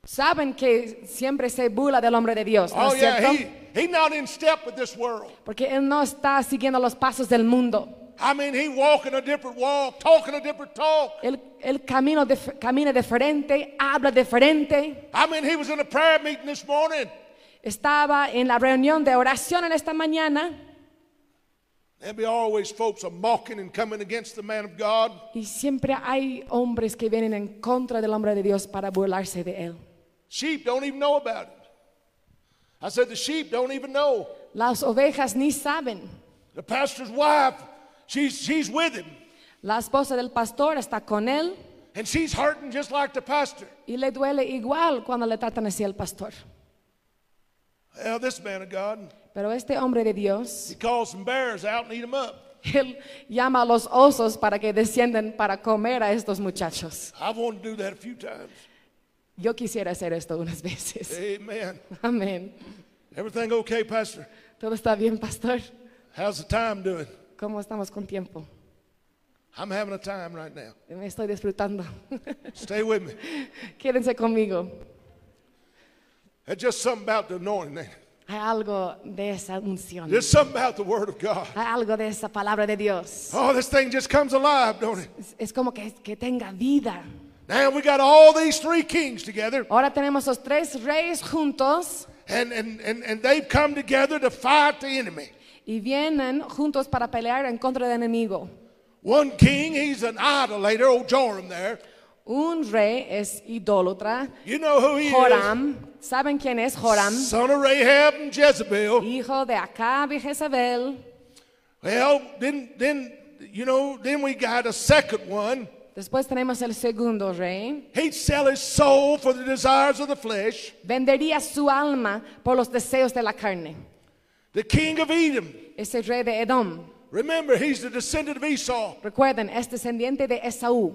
Speaker 2: Saben que siempre se burla del hombre de Dios, ¿no
Speaker 1: Oh,
Speaker 2: es cierto?
Speaker 1: yeah, he, he's not in step with this world.
Speaker 2: Porque él no está siguiendo los pasos del mundo.
Speaker 1: I mean, he walking a different walk, talking a different talk.
Speaker 2: Él, él camino dif- camina diferente, habla diferente.
Speaker 1: I mean, he was in a prayer meeting this morning.
Speaker 2: Estaba en la reunión de oración en esta mañana
Speaker 1: There'll be always folks are mocking and coming against the man of God.
Speaker 2: y siempre hay hombres que vienen en contra del hombre de Dios para burlarse de él.
Speaker 1: Sheep don't even know about it. I said, the sheep don't even know.
Speaker 2: Las ovejas ni saben.
Speaker 1: The pastor's wife, she's, she's with him,
Speaker 2: La esposa del pastor está con él
Speaker 1: and she's hurting just like the pastor.
Speaker 2: y le duele igual cuando le tratan así al pastor.
Speaker 1: Well, this man of God,
Speaker 2: Pero este hombre de Dios,
Speaker 1: he calls some bears out and eat them up.
Speaker 2: él llama a los osos para que desciendan para comer a estos muchachos.
Speaker 1: I've wanted to do that a few times.
Speaker 2: Yo quisiera hacer esto unas veces.
Speaker 1: Amen.
Speaker 2: Amén.
Speaker 1: Everything okay, Pastor?
Speaker 2: ¿Todo está bien, pastor?
Speaker 1: How's the time doing?
Speaker 2: ¿Cómo estamos con tiempo?
Speaker 1: I'm having a time right now.
Speaker 2: Me estoy disfrutando.
Speaker 1: Stay with me.
Speaker 2: Quédense conmigo.
Speaker 1: There's just something about the anointing. ain't it?
Speaker 2: Hay algo de esa unción.
Speaker 1: There's something about the Word of God.
Speaker 2: Hay algo de esa palabra de Dios.
Speaker 1: Oh, this thing just comes alive, don't it?
Speaker 2: Es, es como que, que tenga vida.
Speaker 1: Now we got all these three kings together,
Speaker 2: Ahora tenemos los tres reyes juntos
Speaker 1: and, and, and, and they've come together to fight the enemy.
Speaker 2: y vienen juntos para pelear en contra del enemigo.
Speaker 1: One king, he's an idolater, old Joram there.
Speaker 2: Un rey es idólatra.
Speaker 1: You know who he
Speaker 2: Joram. ¿Saben quién es Joram?
Speaker 1: is. Son of Rahab and Jezebel.
Speaker 2: Hijo de Acab y Jezabel.
Speaker 1: Well, then, then, you know, then we got a second one.
Speaker 2: Después tenemos el segundo rey.
Speaker 1: He'd sell his soul for the desires of the flesh.
Speaker 2: Vendería su alma por los deseos de la carne.
Speaker 1: The king of Edom.
Speaker 2: Ese rey de Edom.
Speaker 1: Remember, he's the descendant of Esau,
Speaker 2: Recuerden, es descendiente de Esaú.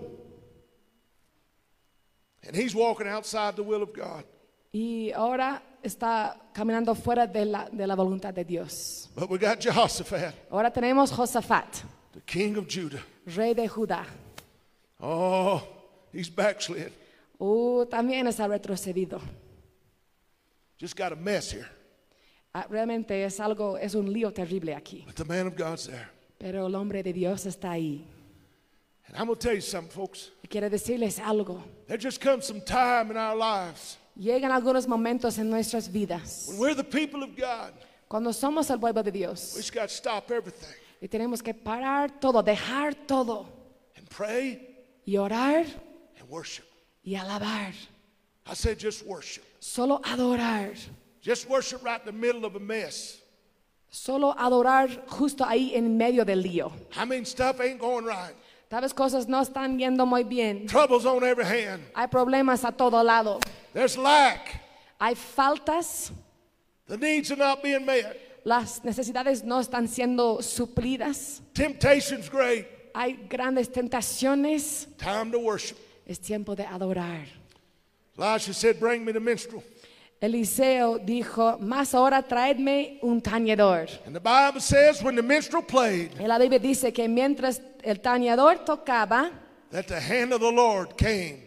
Speaker 1: and he's walking outside the will of God.
Speaker 2: Y ahora está caminando fuera de la, de la voluntad de Dios.
Speaker 1: But we got Jehoshaphat,
Speaker 2: Ahora tenemos Josafat,
Speaker 1: the king of Judah.
Speaker 2: rey de Judá.
Speaker 1: Oh, he's backslid.
Speaker 2: Uh, también está retrocedido.
Speaker 1: Just got a mess here.
Speaker 2: Ah, Realmente es algo, es un lío terrible aquí.
Speaker 1: But the man of God's there.
Speaker 2: Pero el hombre de Dios está ahí.
Speaker 1: And I'm going to tell you something, folks.
Speaker 2: Y quiere decirles algo.
Speaker 1: There just comes some time in our lives
Speaker 2: Llegan algunos momentos en nuestras vidas
Speaker 1: when we're the people of God.
Speaker 2: cuando somos el pueblo de
Speaker 1: We
Speaker 2: Dios
Speaker 1: just got to stop everything
Speaker 2: y tenemos que parar todo, dejar todo.
Speaker 1: and pray
Speaker 2: y orar
Speaker 1: and worship.
Speaker 2: y alabar.
Speaker 1: I said, just worship.
Speaker 2: Solo adorar.
Speaker 1: Just worship right in the middle of a mess.
Speaker 2: Solo adorar justo ahí en medio del lío.
Speaker 1: I mean, stuff ain't going right.
Speaker 2: Tal vez cosas no están yendo muy bien.
Speaker 1: Troubles on every hand.
Speaker 2: Hay problemas a todo lado.
Speaker 1: There's lack.
Speaker 2: Hay faltas.
Speaker 1: The needs are not being met.
Speaker 2: Las necesidades no están siendo suplidas.
Speaker 1: Temptation's great.
Speaker 2: hay grandes tentaciones,
Speaker 1: Time to worship.
Speaker 2: es tiempo de adorar.
Speaker 1: Elisha said, Bring me the minstrel.
Speaker 2: Eliseo dijo, más ahora traedme un tañedor.
Speaker 1: And the Bible says, when the minstrel played,
Speaker 2: Y la Biblia dice que mientras el tañedor tocaba,
Speaker 1: that the hand of the Lord came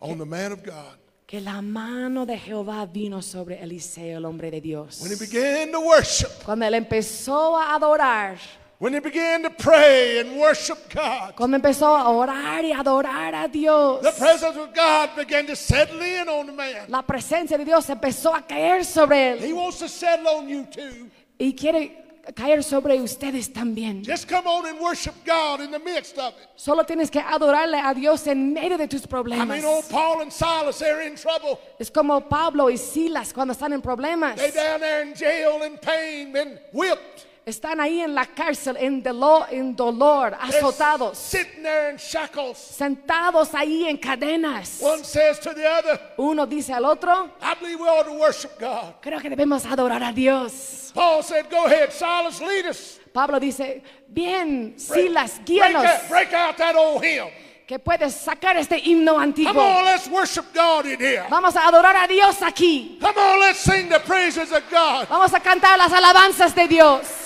Speaker 1: on the man of God.
Speaker 2: que la mano de Jehová vino sobre Eliseo, el hombre de Dios.
Speaker 1: When he began to worship,
Speaker 2: Cuando él empezó a adorar,
Speaker 1: when he began to pray and worship God,
Speaker 2: cuando empezó a orar y adorar a Dios,
Speaker 1: the presence of God began to settle in on the man.
Speaker 2: la presencia de Dios empezó a caer sobre él
Speaker 1: He wants to settle on you too.
Speaker 2: y quiere caer sobre ustedes también.
Speaker 1: Just come on and worship God in the midst of it.
Speaker 2: Solo tienes que adorarle a Dios en medio de tus
Speaker 1: I
Speaker 2: problemas.
Speaker 1: mean, oh. old Paul and Silas, they're in trouble.
Speaker 2: Es como Pablo y Silas cuando están en problemas.
Speaker 1: They down there in jail in pain, been whipped.
Speaker 2: Están ahí en la cárcel, en, dolo- en dolor,
Speaker 1: They're
Speaker 2: azotados,
Speaker 1: Sitting there in shackles.
Speaker 2: sentados ahí en cadenas.
Speaker 1: One says to the other,
Speaker 2: Uno dice al otro,
Speaker 1: I believe we ought to worship God.
Speaker 2: creo que debemos adorar a Dios.
Speaker 1: Paul said, Go ahead, Silas, lead us.
Speaker 2: Pablo dice, bien,
Speaker 1: Break-
Speaker 2: Silas,
Speaker 1: break,
Speaker 2: guíanos,
Speaker 1: out, break out that old hymn.
Speaker 2: que puedes sacar este himno
Speaker 1: Come
Speaker 2: antiguo.
Speaker 1: on, let's worship God in here.
Speaker 2: Vamos a adorar a Dios aquí.
Speaker 1: Come on, let's sing the praises of God.
Speaker 2: Vamos a cantar las alabanzas de Dios.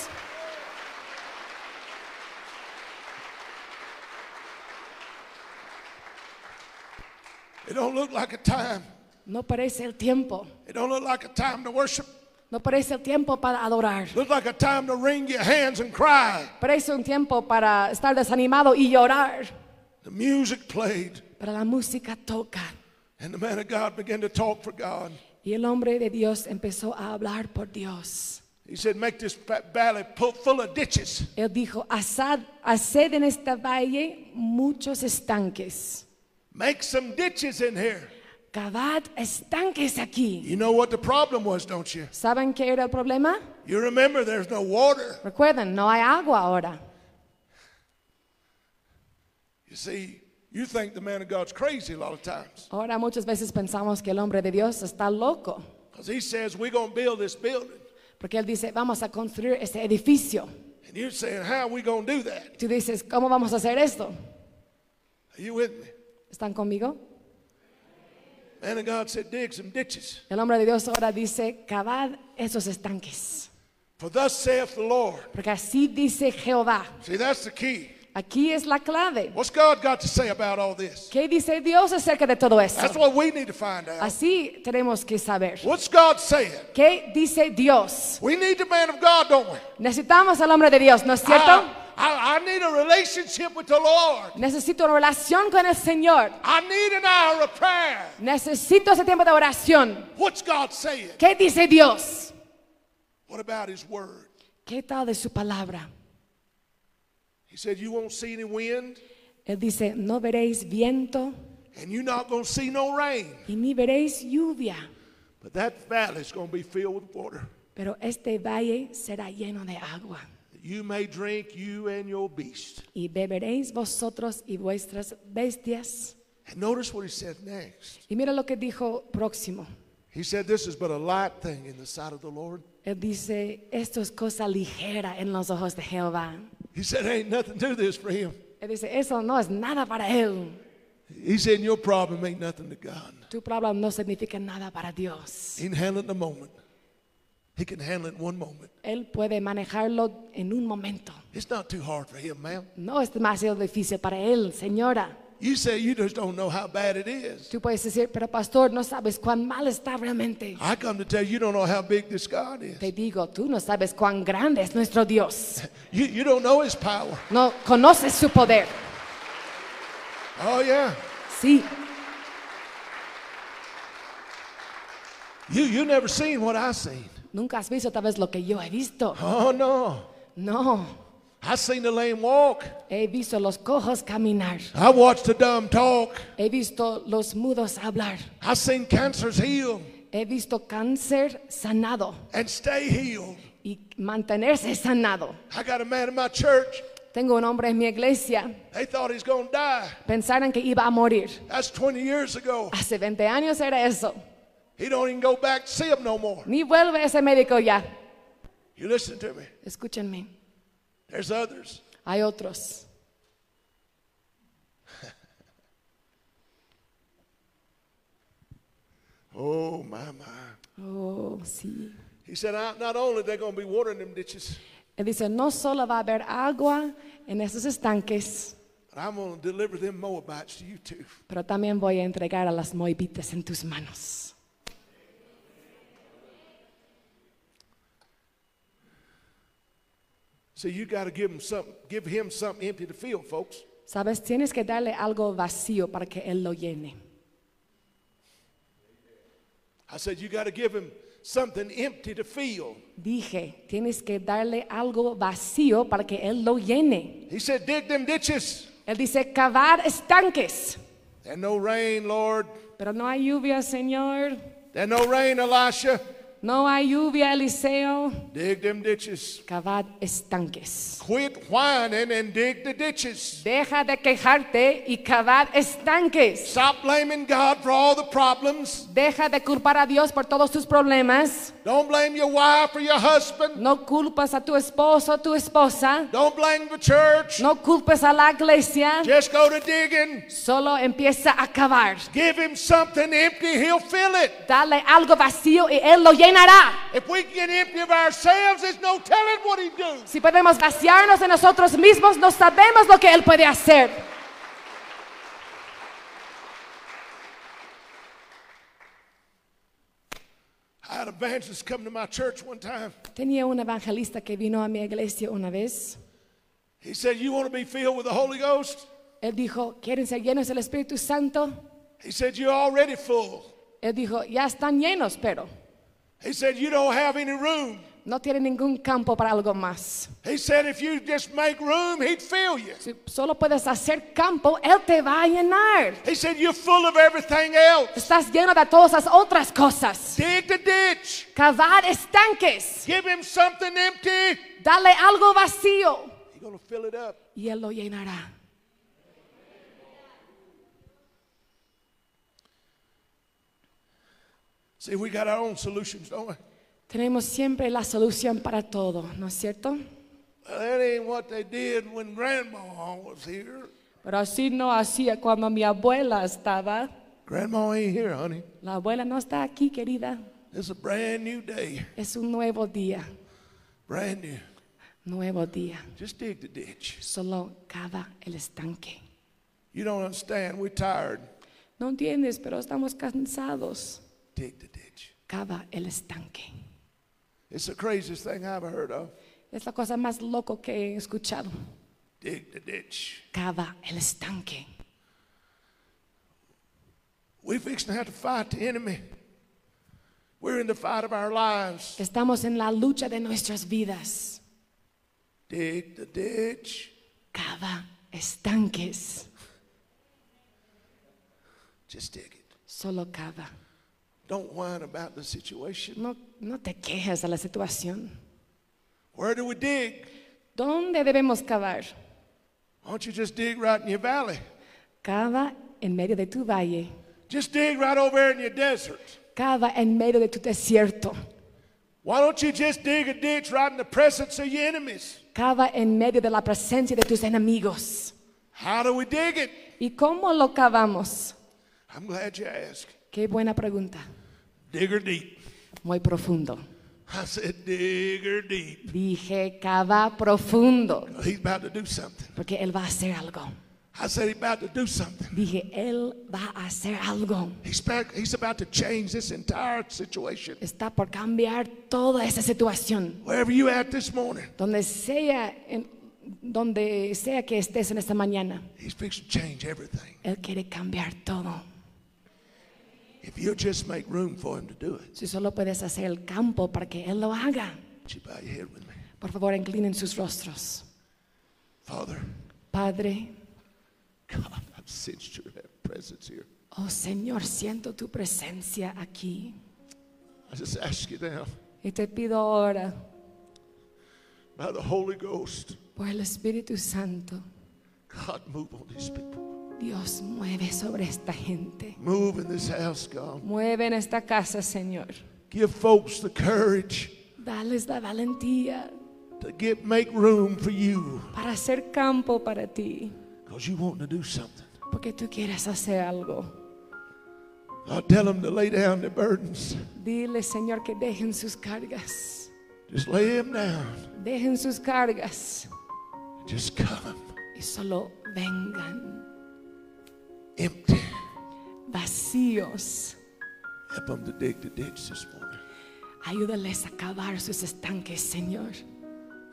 Speaker 1: It don't look like a time.
Speaker 2: No parece el tiempo.
Speaker 1: It don't look like a time to worship.
Speaker 2: No parece el tiempo para adorar.
Speaker 1: Look like a time to wring your hands and cry.
Speaker 2: Parece un tiempo para estar desanimado y llorar.
Speaker 1: The music played,
Speaker 2: Pero la música toca.
Speaker 1: and the man of God began to talk for God.
Speaker 2: Y el hombre de Dios empezó a hablar por Dios.
Speaker 1: He said, Make this fa- valley pu- full of ditches.
Speaker 2: Él dijo, "Haced haced en este valle muchos estanques.
Speaker 1: Make some ditches in here.
Speaker 2: Cavad estanques aquí.
Speaker 1: You know what the problem was, don't you?
Speaker 2: ¿Saben qué era el problema?
Speaker 1: You remember there's no water.
Speaker 2: Recuerden, no hay agua ahora.
Speaker 1: You see, you think the man of God's crazy a lot of times
Speaker 2: Ahora muchas veces pensamos que el hombre de Dios está loco.
Speaker 1: because he says, We're going to build this building.
Speaker 2: Porque él dice, vamos a construir este edificio.
Speaker 1: And you're saying, How are we going to do that?
Speaker 2: Tú dices, ¿cómo vamos a hacer esto?
Speaker 1: Are you with me?
Speaker 2: ¿Están conmigo?
Speaker 1: Man of God said, Dig some ditches.
Speaker 2: El hombre de Dios ahora dice, cavad esos estanques.
Speaker 1: For thus saith the Lord.
Speaker 2: Porque así dice Jehová.
Speaker 1: See, that's the key.
Speaker 2: Aquí es la clave.
Speaker 1: What's God got to say about all this?
Speaker 2: ¿Qué dice Dios acerca de todo
Speaker 1: That's
Speaker 2: esto?
Speaker 1: what we need to find out.
Speaker 2: Así tenemos que saber.
Speaker 1: What's God saying?
Speaker 2: ¿Qué dice Dios?
Speaker 1: We need the man of God, don't we?
Speaker 2: Necesitamos al hombre de Dios, ¿no es cierto?
Speaker 1: I, I, I need a relationship with the Lord.
Speaker 2: Necesito una relación con el Señor.
Speaker 1: I need an hour of prayer.
Speaker 2: Necesito ese tiempo de oración.
Speaker 1: What's God saying?
Speaker 2: ¿Qué dice Dios?
Speaker 1: What about His Word?
Speaker 2: ¿Qué tal de su palabra?
Speaker 1: He said, You won't see any wind,
Speaker 2: Él dice, no veréis viento
Speaker 1: and you're not going to see no rain.
Speaker 2: y ni veréis lluvia,
Speaker 1: But that valley's going to be filled with water.
Speaker 2: pero este valle será lleno de agua.
Speaker 1: that You may drink, you and your beast.
Speaker 2: Y beberéis vosotros y vuestras bestias.
Speaker 1: And notice what He said next.
Speaker 2: Y mira lo que dijo próximo.
Speaker 1: He said, This is but a light thing in the sight of the Lord.
Speaker 2: Él dice, esto es cosa ligera en los ojos de Jehová.
Speaker 1: He said, Ain't nothing to this for Him.
Speaker 2: Él dice, eso no es nada para él.
Speaker 1: He said, Your problem ain't nothing to God.
Speaker 2: Tu palabra no significa nada para Dios.
Speaker 1: He can handle it in a moment. He can handle it in one moment.
Speaker 2: Él puede manejarlo en un momento.
Speaker 1: It's not too hard for him, ma'am.
Speaker 2: No es demasiado difícil para él, señora.
Speaker 1: You say you just don't know how bad it is.
Speaker 2: Tú puedes decir, pero pastor, no sabes cuán mal está realmente.
Speaker 1: I come to tell you, you don't know how big this God is.
Speaker 2: Te digo, tú no sabes cuán grande es nuestro Dios.
Speaker 1: You, you don't know his power.
Speaker 2: No conoces su poder.
Speaker 1: Oh, yeah.
Speaker 2: Sí,
Speaker 1: You, you never seen what I seen.
Speaker 2: nunca has visto tal vez lo que yo he visto.
Speaker 1: Oh, no.
Speaker 2: No,
Speaker 1: I seen the lame walk.
Speaker 2: he visto los cojos caminar.
Speaker 1: I watched the dumb talk.
Speaker 2: He visto los mudos hablar.
Speaker 1: I seen cancers heal
Speaker 2: He visto cáncer sanado
Speaker 1: and stay healed.
Speaker 2: y mantenerse sanado.
Speaker 1: I got a man in my church.
Speaker 2: Tengo un hombre en mi iglesia.
Speaker 1: They thought he's going to die.
Speaker 2: Pensaron que iba a morir.
Speaker 1: That's 20 years ago.
Speaker 2: Hace 20 años era eso.
Speaker 1: He don't even go back to see him no more.
Speaker 2: Ni vuelve ese médico ya.
Speaker 1: You listen to me.
Speaker 2: Escúchenme.
Speaker 1: There's others.
Speaker 2: Hay otros.
Speaker 1: Oh, my, my.
Speaker 2: Oh, sí.
Speaker 1: He said, "I- not only they're going to be watering them ditches,
Speaker 2: Él dice, no solo va a haber agua en esos estanques,
Speaker 1: but I'm going to deliver them Moabites to you too.
Speaker 2: pero también voy a entregar a las moabitas en tus manos.
Speaker 1: So you got to give him something, give him something empty to fill, folks.
Speaker 2: Sabes, tienes que darle algo vacío para que Él lo llene.
Speaker 1: I said, you got to give him something empty to fill.
Speaker 2: Dije, tienes que darle algo vacío para que Él lo llene.
Speaker 1: He said, dig them ditches.
Speaker 2: Él dice, cavar estanques,
Speaker 1: There no rain, Lord.
Speaker 2: pero no hay lluvia, Señor.
Speaker 1: There no rain, Elisha.
Speaker 2: No hay lluvia, Eliseo.
Speaker 1: Dig them ditches.
Speaker 2: Cavad estanques.
Speaker 1: Quit whining and dig the ditches.
Speaker 2: Deja de quejarte y cavad estanques.
Speaker 1: Stop blaming God for all the problems.
Speaker 2: Deja de culpar a Dios por todos tus problemas.
Speaker 1: Don't blame your wife or your husband.
Speaker 2: No culpas a tu esposo o tu esposa.
Speaker 1: Don't blame the church.
Speaker 2: No culpes a la iglesia.
Speaker 1: Just go to digging.
Speaker 2: Solo empieza a cavar.
Speaker 1: Give him something empty, he'll fill it.
Speaker 2: Dale algo vacío y Él lo llenará.
Speaker 1: If we get empty of ourselves, there's no telling what he do.
Speaker 2: Si podemos vaciarnos de nosotros mismos, no sabemos lo que Él puede hacer.
Speaker 1: I had evangelist come to my church one time.
Speaker 2: Tenía un evangelista que vino a mi iglesia una vez.
Speaker 1: He said, You want to be filled with the Holy Ghost?
Speaker 2: Él dijo, ¿quieren ser llenos del Espíritu Santo?
Speaker 1: He said, You're already full.
Speaker 2: Él dijo, ya están llenos, pero
Speaker 1: He said, You don't have any room.
Speaker 2: no tienen ningún campo para algo más.
Speaker 1: He said, If you just make room, he'd fill you.
Speaker 2: Si solo puedes hacer campo, Él te va a llenar.
Speaker 1: He said, You're full of everything else.
Speaker 2: Estás lleno de todas las otras cosas.
Speaker 1: Dig the ditch.
Speaker 2: Cavar estanques.
Speaker 1: Give him something empty.
Speaker 2: Dale algo vacío
Speaker 1: He's going to fill it up.
Speaker 2: y Él lo llenará.
Speaker 1: See, we got our own solutions, don't we?
Speaker 2: Tenemos siempre la solución para todo, ¿no es cierto?
Speaker 1: Well, that ain't what they did when Grandma was here.
Speaker 2: Pero así no hacía cuando mi abuela estaba.
Speaker 1: Grandma ain't here, honey.
Speaker 2: La abuela no está aquí, querida.
Speaker 1: It's a brand new day.
Speaker 2: Es un nuevo día,
Speaker 1: Brand new.
Speaker 2: nuevo día.
Speaker 1: Just dig the ditch.
Speaker 2: Solo cava el estanque.
Speaker 1: You don't understand. We're tired.
Speaker 2: No entiendes, pero estamos cansados.
Speaker 1: Dig the ditch.
Speaker 2: Cava el estanque.
Speaker 1: It's the craziest thing I've heard of.
Speaker 2: Es la cosa más loco que he escuchado.
Speaker 1: Dig the ditch.
Speaker 2: Cava el estanque.
Speaker 1: We're fixing to have to fight the enemy. We're in the fight of our lives.
Speaker 2: Estamos en la lucha de nuestras vidas.
Speaker 1: Dig the ditch.
Speaker 2: Cava estanques.
Speaker 1: Just dig it.
Speaker 2: Solo cava.
Speaker 1: Don't whine about the situation.
Speaker 2: No, no te quejes de la situación.
Speaker 1: Where do we dig?
Speaker 2: ¿Dónde debemos cavar?
Speaker 1: Why don't you just dig right in your valley?
Speaker 2: Cava en medio de tu valle.
Speaker 1: Just dig right over there in your desert.
Speaker 2: Cava en medio de tu desierto.
Speaker 1: Why don't you just dig a ditch right in the presence of your enemies?
Speaker 2: Cava en medio de la presencia de tus enemigos.
Speaker 1: How do we dig it?
Speaker 2: ¿Y cómo lo cavamos?
Speaker 1: I'm glad you asked.
Speaker 2: Qué buena pregunta.
Speaker 1: Digger deep.
Speaker 2: Muy profundo.
Speaker 1: I said, digger deep.
Speaker 2: Dije, cava profundo,
Speaker 1: He's about to do something.
Speaker 2: porque Él va a hacer algo.
Speaker 1: I said, he's about to do something.
Speaker 2: Dije, Él va a hacer algo.
Speaker 1: He's, back, he's about to change this entire situation.
Speaker 2: Está por cambiar toda esa situación.
Speaker 1: Wherever you at this morning,
Speaker 2: Donde sea, en- donde sea que estés en esta mañana,
Speaker 1: he's fixing to change everything.
Speaker 2: Él quiere cambiar todo.
Speaker 1: If you'll just make room for him to do it.
Speaker 2: Si solo puedes hacer el campo para que Él lo haga.
Speaker 1: Would you bow your head with me?
Speaker 2: Por favor, inclinen sus rostros.
Speaker 1: Father,
Speaker 2: Padre,
Speaker 1: God, I've sensed your presence here.
Speaker 2: oh Señor, siento tu presencia aquí.
Speaker 1: I just ask you now,
Speaker 2: Y te pido ahora,
Speaker 1: by the Holy Ghost,
Speaker 2: por el Espíritu Santo,
Speaker 1: God, move on these people.
Speaker 2: Dios mueve sobre esta gente.
Speaker 1: Move in this house, God.
Speaker 2: Mueve en esta casa, Señor.
Speaker 1: Give folks the courage
Speaker 2: Dales la valentía
Speaker 1: to get make room for you
Speaker 2: para hacer campo para ti.
Speaker 1: because you want to do something.
Speaker 2: porque tú quieres hacer algo.
Speaker 1: Lord, tell them to lay down their burdens.
Speaker 2: Dile, Señor, que dejen sus cargas.
Speaker 1: Just lay them down.
Speaker 2: Dejen sus cargas
Speaker 1: Just come
Speaker 2: y solo vengan
Speaker 1: empty.
Speaker 2: vacíos.
Speaker 1: Help them to dig the ditch this morning.
Speaker 2: Ayúdales a cavar sus estanques, Señor,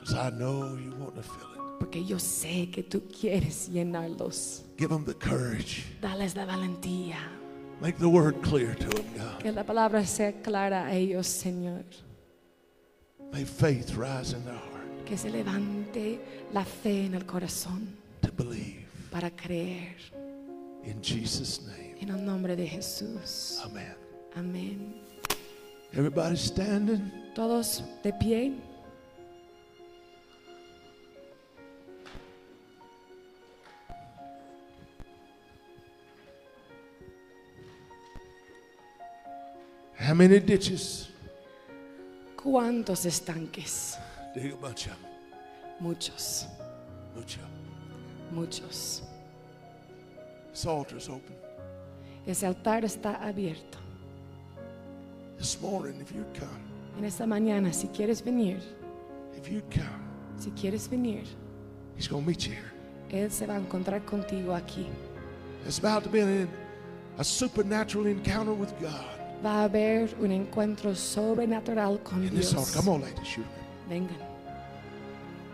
Speaker 1: Because I know you want to fill it.
Speaker 2: porque yo sé que tú quieres llenarlos.
Speaker 1: Give them the courage.
Speaker 2: Dales la valentía.
Speaker 1: Make the word clear to them, God.
Speaker 2: Que la palabra sea clara a ellos, Señor.
Speaker 1: May faith rise in their heart
Speaker 2: Que se levante la fe en el corazón
Speaker 1: to believe.
Speaker 2: para creer
Speaker 1: In Jesus' name.
Speaker 2: en el nombre de Jesús.
Speaker 1: Amen.
Speaker 2: Amén.
Speaker 1: Everybody standing.
Speaker 2: Todos de pie.
Speaker 1: How many ditches?
Speaker 2: ¿Cuántos estanques?
Speaker 1: Dig a bunch of them.
Speaker 2: Muchos,
Speaker 1: Bunch of 'em.
Speaker 2: muchos.
Speaker 1: This altar's open.
Speaker 2: Ese altar está abierto.
Speaker 1: This morning, if you'd come,
Speaker 2: En esta mañana, si quieres venir,
Speaker 1: if you'd come,
Speaker 2: si quieres venir,
Speaker 1: he's going to meet you here.
Speaker 2: Él se va a encontrar contigo aquí.
Speaker 1: It's about to be an, a supernatural encounter with God
Speaker 2: Va a haber un encuentro sobrenatural con
Speaker 1: in this altar.
Speaker 2: Dios.
Speaker 1: Come on, ladies, shoot.
Speaker 2: Vengan.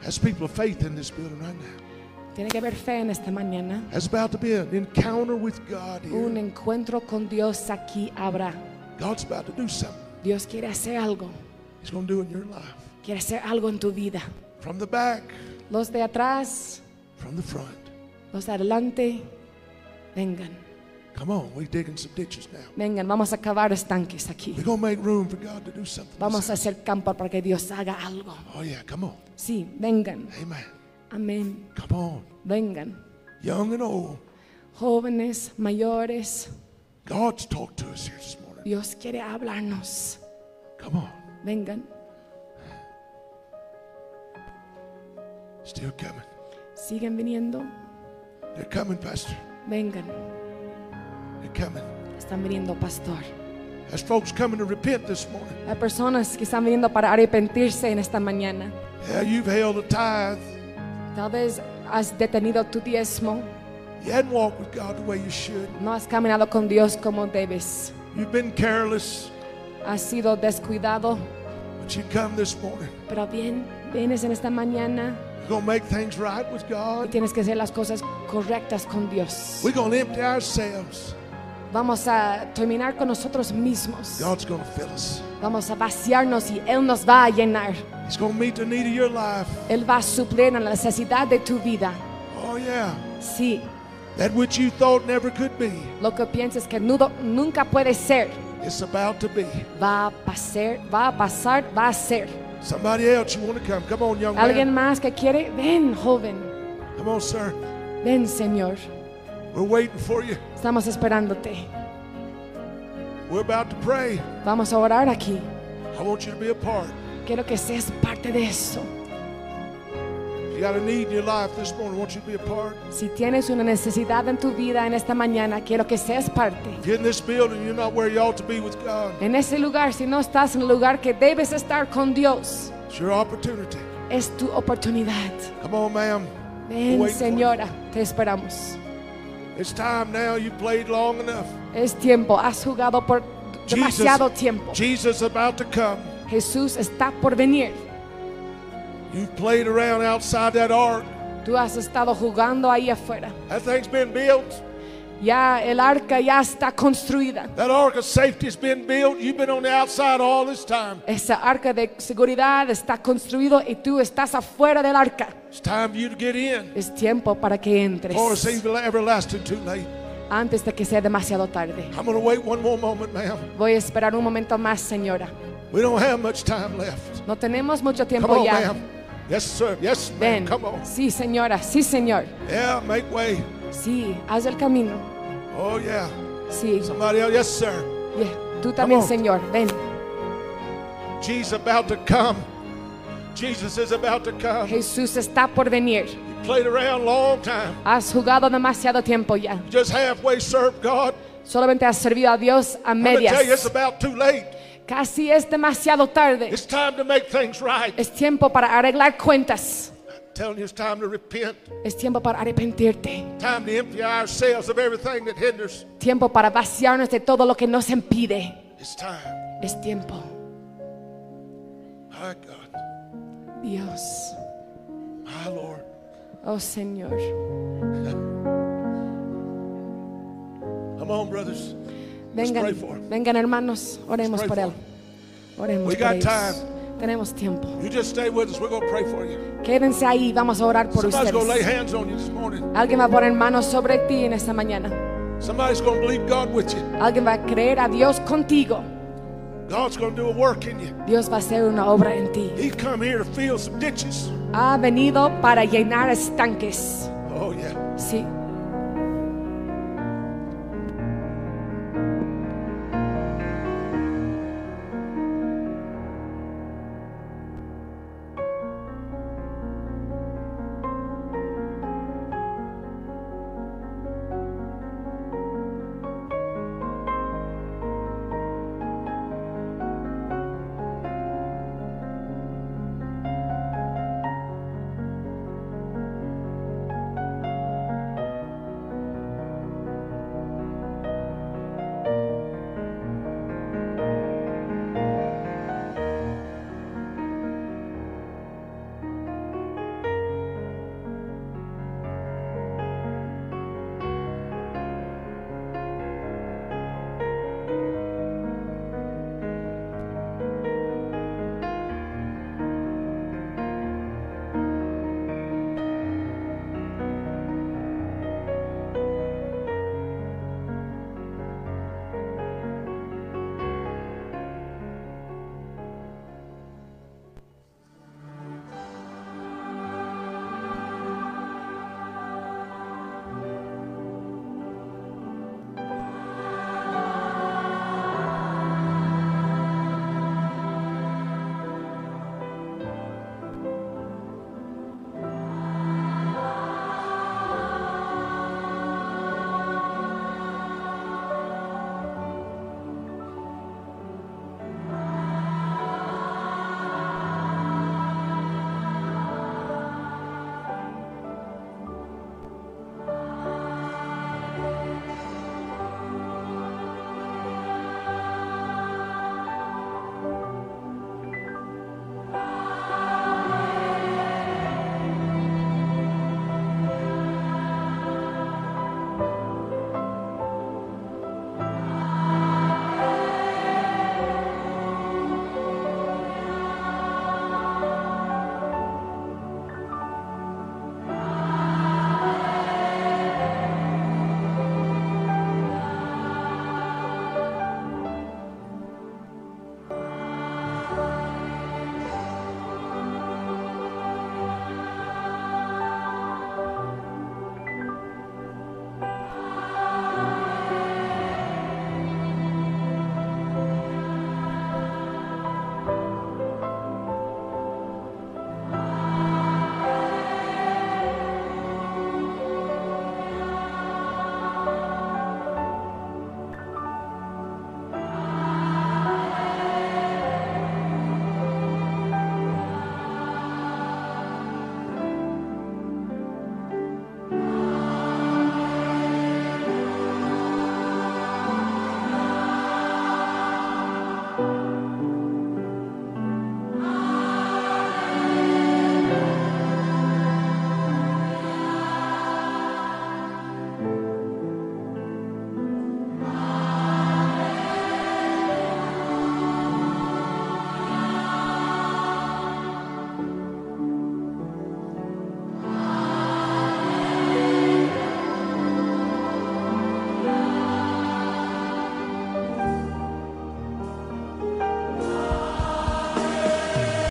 Speaker 1: There's people of faith in this building right now.
Speaker 2: Tiene que haber fe en esta mañana.
Speaker 1: There's about to be an encounter with God
Speaker 2: Un
Speaker 1: here.
Speaker 2: encuentro con Dios aquí habrá.
Speaker 1: God's about to do something.
Speaker 2: Dios quiere hacer algo.
Speaker 1: He's going to do in your life.
Speaker 2: Quiere hacer algo en tu vida.
Speaker 1: From the back,
Speaker 2: Los de atrás,
Speaker 1: from the front.
Speaker 2: los de adelante, vengan.
Speaker 1: Come on, we're digging some ditches now.
Speaker 2: Vengan, vamos a cavar estanques aquí.
Speaker 1: We're going to make room for God to do something.
Speaker 2: Vamos a hacer campo para que Dios haga algo.
Speaker 1: Oh, yeah, come on.
Speaker 2: Sí, vengan.
Speaker 1: Amen.
Speaker 2: Amén.
Speaker 1: Come on.
Speaker 2: Vengan.
Speaker 1: Young and old,
Speaker 2: Jóvenes, mayores,
Speaker 1: God's talked to us here this morning.
Speaker 2: Dios quiere hablarnos.
Speaker 1: Come on.
Speaker 2: Vengan.
Speaker 1: Still coming.
Speaker 2: Siguen viniendo.
Speaker 1: They're coming, Pastor.
Speaker 2: Vengan.
Speaker 1: They're coming.
Speaker 2: Están viniendo, pastor.
Speaker 1: There's folks coming to repent this morning.
Speaker 2: Hay personas que están viniendo para arrepentirse en esta mañana.
Speaker 1: Yeah, you've held a tithe.
Speaker 2: Tal vez has detenido tu diezmo,
Speaker 1: You hadn't walked with God the way you should.
Speaker 2: no has caminado con Dios como debes,
Speaker 1: You've been careless,
Speaker 2: has sido descuidado,
Speaker 1: but you come this morning.
Speaker 2: pero bien, vienes en esta mañana
Speaker 1: We're going to make things right with
Speaker 2: y
Speaker 1: God.
Speaker 2: tienes que hacer las cosas correctas con Dios.
Speaker 1: We're going to empty ourselves.
Speaker 2: Vamos a terminar con nosotros mismos,
Speaker 1: God's going to fill us.
Speaker 2: vamos a vaciarnos y Él nos va a llenar,
Speaker 1: He's going to meet the need of your life.
Speaker 2: Él va a suplir la necesidad de tu vida.
Speaker 1: Oh, yeah.
Speaker 2: Sí,
Speaker 1: That which you thought never could be,
Speaker 2: lo que piensas que nudo- nunca puede ser,
Speaker 1: it's about to be.
Speaker 2: va a pasar, va a pasar, va a ser.
Speaker 1: Somebody else, you want to come. Come on, young
Speaker 2: Alguien
Speaker 1: man.
Speaker 2: más que quiere, ven joven,
Speaker 1: Come on, sir.
Speaker 2: ven Señor,
Speaker 1: We're waiting for you.
Speaker 2: estamos esperándote.
Speaker 1: We're about to pray.
Speaker 2: Vamos a orar aquí.
Speaker 1: I want you to be a part.
Speaker 2: Quiero que seas parte de eso.
Speaker 1: If you got a need in your life this morning, I want you to be a part.
Speaker 2: Si tienes una necesidad en tu vida en esta mañana, quiero que seas parte.
Speaker 1: If you're in this building, you're not where you ought to be with God.
Speaker 2: En ese lugar, si no estás en el lugar que debes estar con Dios,
Speaker 1: It's your opportunity.
Speaker 2: es tu oportunidad.
Speaker 1: Come on, ma'am. We're
Speaker 2: Ven,
Speaker 1: waiting for you.
Speaker 2: Señora, te esperamos.
Speaker 1: It's time now. You played long enough.
Speaker 2: Es tiempo, has jugado por demasiado tiempo.
Speaker 1: Jesus about to come.
Speaker 2: Jesús está por venir.
Speaker 1: You've played around outside that ark.
Speaker 2: Tú has estado jugando ahí afuera.
Speaker 1: That thing's been built.
Speaker 2: Ya el arca ya está construida.
Speaker 1: That ark of safety's been built. You've been on the outside all this time.
Speaker 2: Esa arca de seguridad está construido y tú estás afuera del arca.
Speaker 1: It's time for you to get in
Speaker 2: Es tiempo para que entres
Speaker 1: before it's even everlasting too late.
Speaker 2: antes de que sea demasiado tarde.
Speaker 1: I'm going to wait one more moment, ma'am.
Speaker 2: Voy a esperar un momento más, señora.
Speaker 1: We don't have much time left.
Speaker 2: No tenemos mucho
Speaker 1: Come
Speaker 2: tiempo
Speaker 1: on,
Speaker 2: ya.
Speaker 1: ma'am. Yes, sir. Yes, ma'am.
Speaker 2: Ven.
Speaker 1: Come on.
Speaker 2: Sí, señora. Sí, señor.
Speaker 1: Yeah, make way.
Speaker 2: Sí, haz el camino.
Speaker 1: Oh, yeah.
Speaker 2: Sí.
Speaker 1: Somebody else. Yes, sir.
Speaker 2: Yeah. Tú también,
Speaker 1: on.
Speaker 2: señor. Ven.
Speaker 1: Jesus about to come. Jesus is about to come.
Speaker 2: Jesús está por venir.
Speaker 1: You played around a long time.
Speaker 2: Has jugado demasiado tiempo ya.
Speaker 1: You just halfway served God.
Speaker 2: Solamente has servido a Dios a
Speaker 1: I'm gonna tell you, it's
Speaker 2: medias.
Speaker 1: about too late.
Speaker 2: Casi es demasiado tarde.
Speaker 1: It's time to make things right.
Speaker 2: Es tiempo para arreglar cuentas.
Speaker 1: I'm telling you, it's time to repent.
Speaker 2: Es tiempo para arrepentirte.
Speaker 1: Time to empty ourselves of everything that hinders.
Speaker 2: Tiempo para vaciarnos de todo lo que nos impide.
Speaker 1: It's time.
Speaker 2: Es tiempo.
Speaker 1: My God,
Speaker 2: Dios.
Speaker 1: my Lord.
Speaker 2: Oh Señor.
Speaker 1: Come on, brothers.
Speaker 2: Vengan,
Speaker 1: pray for him.
Speaker 2: vengan hermanos, oremos
Speaker 1: Let's
Speaker 2: por
Speaker 1: pray
Speaker 2: él.
Speaker 1: for
Speaker 2: Oremos
Speaker 1: We
Speaker 2: por
Speaker 1: got
Speaker 2: ellos.
Speaker 1: time.
Speaker 2: Tenemos tiempo.
Speaker 1: You just stay with us. We're going to pray for you.
Speaker 2: Quédense ahí, vamos a orar por
Speaker 1: Somebody's going to lay
Speaker 2: ustedes.
Speaker 1: hands on you this morning.
Speaker 2: Alguien va a poner manos sobre ti en esta mañana.
Speaker 1: Somebody's going to believe God with you.
Speaker 2: Alguien va a creer a Dios contigo.
Speaker 1: God's going to do a work in you.
Speaker 2: Dios va a hacer una obra en ti.
Speaker 1: He's come here to fill some ditches.
Speaker 2: Ha venido para llenar estanques.
Speaker 1: Oh, yeah.
Speaker 2: Sí,